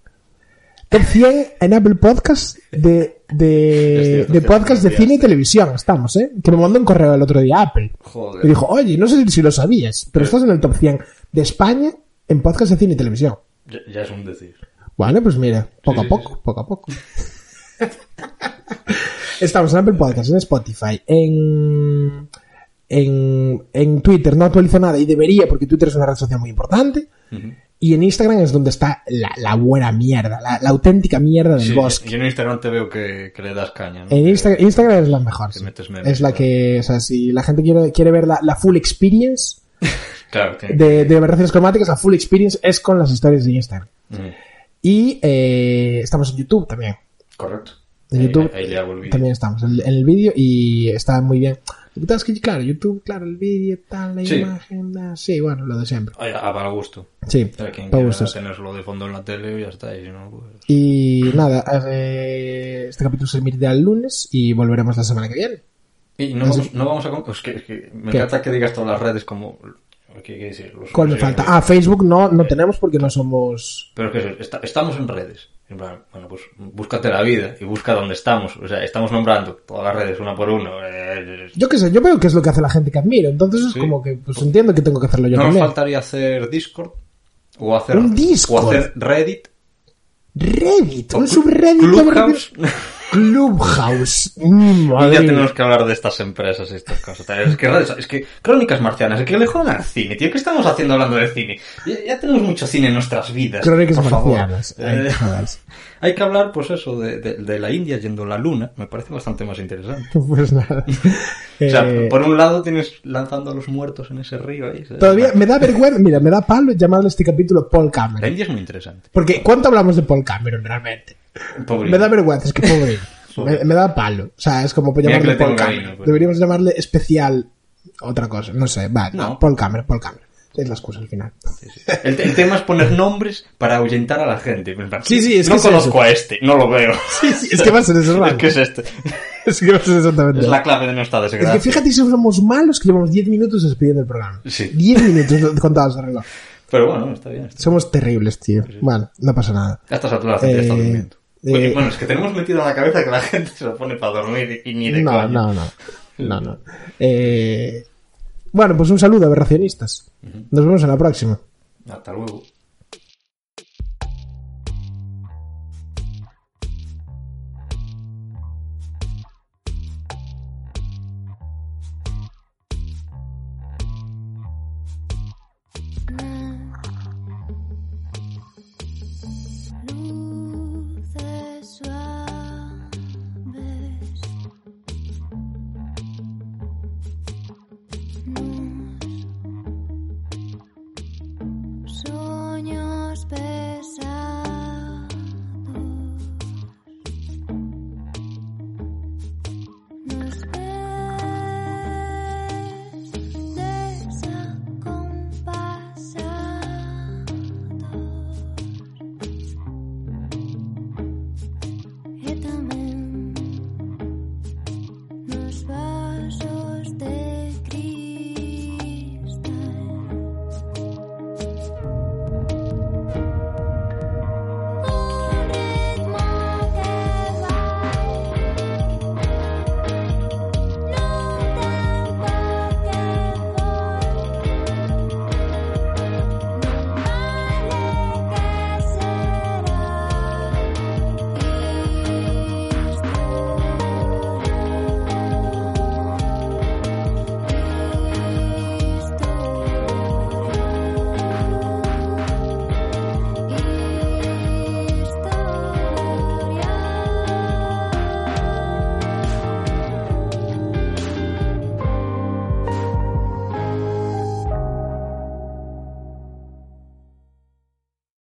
[SPEAKER 1] Top 100 en Apple Podcast de,
[SPEAKER 2] Es
[SPEAKER 1] de,
[SPEAKER 2] cierto,
[SPEAKER 1] de
[SPEAKER 2] te
[SPEAKER 1] podcast de
[SPEAKER 2] cambiaste.
[SPEAKER 1] cine y televisión. Estamos, ¿eh? Que me mandó un correo el otro día a Apple.
[SPEAKER 2] Joder.
[SPEAKER 1] Y dijo, oye, no sé si lo sabías, pero estás en el Top 100 de España en podcast de cine y televisión.
[SPEAKER 2] Ya, ya es un decir.
[SPEAKER 1] Bueno, pues mira, poco
[SPEAKER 2] sí,
[SPEAKER 1] a poco, poco a poco. Estamos en Apple Podcasts, en Spotify, en, en, en Twitter, no actualizo nada y debería porque Twitter es una red social muy importante. Y en Instagram es donde está la, la buena mierda, la, la auténtica mierda del
[SPEAKER 2] Sí,
[SPEAKER 1] bosque.
[SPEAKER 2] yo en Instagram te veo que, que le das caña, ¿no?
[SPEAKER 1] En Instagram, Instagram es la mejor. sí.
[SPEAKER 2] metes memes,
[SPEAKER 1] Es la
[SPEAKER 2] claro.
[SPEAKER 1] que, o sea, si la gente quiere, quiere ver la, la full experience
[SPEAKER 2] Claro, tiene-
[SPEAKER 1] de, de aberraciones cromáticas, la full experience es con las historias de Instagram.
[SPEAKER 2] Mm,
[SPEAKER 1] Y eh, estamos en YouTube también.
[SPEAKER 2] Correcto.
[SPEAKER 1] En
[SPEAKER 2] Ahí-
[SPEAKER 1] YouTube
[SPEAKER 2] ahí le hago el vídeo.
[SPEAKER 1] también estamos en, en el vídeo y está muy bien. Lo que pasa es que, claro, YouTube, claro, el vídeo, tal, la
[SPEAKER 2] Sí.
[SPEAKER 1] imagen, ah, sí, bueno, lo de siempre.
[SPEAKER 2] Ay, ah, para gusto.
[SPEAKER 1] Sí,
[SPEAKER 2] O sea, quien
[SPEAKER 1] para
[SPEAKER 2] quiera
[SPEAKER 1] gustos.
[SPEAKER 2] tenerlo de fondo en la tele y ya está. Y si no, pues...
[SPEAKER 1] Y nada, eh, este capítulo se emitirá el lunes y volveremos la semana que viene.
[SPEAKER 2] Pues Y no vamos, no vamos a... con- Es que, es que me
[SPEAKER 1] ¿Qué?
[SPEAKER 2] encanta que digas todas las redes como... ¿Qué, qué decir? Los-
[SPEAKER 1] ¿Cuál me
[SPEAKER 2] los-
[SPEAKER 1] falta? Ah, Facebook no, no tenemos porque no somos...
[SPEAKER 2] Pero es que eso, está- estamos en redes. En plan, bueno, pues búscate la vida y busca dónde estamos. O sea, estamos nombrando todas las redes una por una. Eh, eh, eh.
[SPEAKER 1] Yo qué sé, yo veo que es lo que hace la gente que admiro, entonces es
[SPEAKER 2] Sí.
[SPEAKER 1] como que, pues entiendo que tengo que hacerlo yo
[SPEAKER 2] No nos
[SPEAKER 1] también.
[SPEAKER 2] faltaría hacer Discord o hacer,
[SPEAKER 1] Un Discord.
[SPEAKER 2] O hacer Reddit.
[SPEAKER 1] Reddit,
[SPEAKER 2] o
[SPEAKER 1] un
[SPEAKER 2] Cl-
[SPEAKER 1] subreddit. de
[SPEAKER 2] Clubhouse.
[SPEAKER 1] Clubhouse. Mm,
[SPEAKER 2] Un
[SPEAKER 1] madre
[SPEAKER 2] día
[SPEAKER 1] mía.
[SPEAKER 2] tenemos que hablar de estas empresas y estas cosas. Es que, es que crónicas marcianas, es que le jodan al cine, tío. ¿Qué estamos haciendo hablando de cine? Ya, ya tenemos mucho cine en nuestras vidas.
[SPEAKER 1] Crónicas
[SPEAKER 2] por favor.
[SPEAKER 1] marcianas. Ay,
[SPEAKER 2] Eh,
[SPEAKER 1] jodas.
[SPEAKER 2] hay que hablar, pues eso, de, de- de la India yendo a la luna. Me parece bastante más interesante.
[SPEAKER 1] Pues nada.
[SPEAKER 2] O sea,
[SPEAKER 1] Eh,
[SPEAKER 2] por un lado tienes lanzando a los muertos en ese río ahí. ¿sabes?
[SPEAKER 1] Todavía me da vergüenza, mira, me da palo llamarle este capítulo Paul
[SPEAKER 2] La
[SPEAKER 1] Cameron.
[SPEAKER 2] India es muy interesante.
[SPEAKER 1] Porque ¿cuánto hablamos de Paul Cameron realmente?
[SPEAKER 2] Pobre.
[SPEAKER 1] Me da vergüenza, es que pobre.
[SPEAKER 2] Pobre.
[SPEAKER 1] me, me da palo. O sea, es como
[SPEAKER 2] Mira que
[SPEAKER 1] llamarle
[SPEAKER 2] le tengo
[SPEAKER 1] Paul Cameron.
[SPEAKER 2] cariño, pues. pero-
[SPEAKER 1] Deberíamos llamarle especial otra cosa. No sé, va,
[SPEAKER 2] No.
[SPEAKER 1] Paul Cameron, Paul Cameron. Es la excusa al final.
[SPEAKER 2] el, el tema es poner nombres para ahuyentar a la gente. En plan,
[SPEAKER 1] Sí, sí, es
[SPEAKER 2] No
[SPEAKER 1] que es
[SPEAKER 2] conozco
[SPEAKER 1] eso.
[SPEAKER 2] a este, no lo veo.
[SPEAKER 1] Sí, sí, es que va a ser ese
[SPEAKER 2] Es
[SPEAKER 1] rango.
[SPEAKER 2] que es este.
[SPEAKER 1] Es que no sé exactamente.
[SPEAKER 2] Es la clave de nuestra
[SPEAKER 1] Es
[SPEAKER 2] desgracia.
[SPEAKER 1] que fíjate si somos malos que llevamos 10 minutos despidiendo el programa.
[SPEAKER 2] Sí.
[SPEAKER 1] 10 minutos contados de reloj.
[SPEAKER 2] Pero bueno, está bien. está bien.
[SPEAKER 1] Somos terribles, tío. Bueno, no pasa nada.
[SPEAKER 2] A estas alturas la gente ya está
[SPEAKER 1] Eh,
[SPEAKER 2] durmiendo.
[SPEAKER 1] eh,
[SPEAKER 2] Oye, bueno, es que tenemos metido en la cabeza que la gente se lo pone para dormir y ni de
[SPEAKER 1] No,
[SPEAKER 2] coña.
[SPEAKER 1] no, no. No, no. Eh, Bueno, pues un saludo, aberracionistas. Nos vemos en la próxima.
[SPEAKER 2] Hasta luego.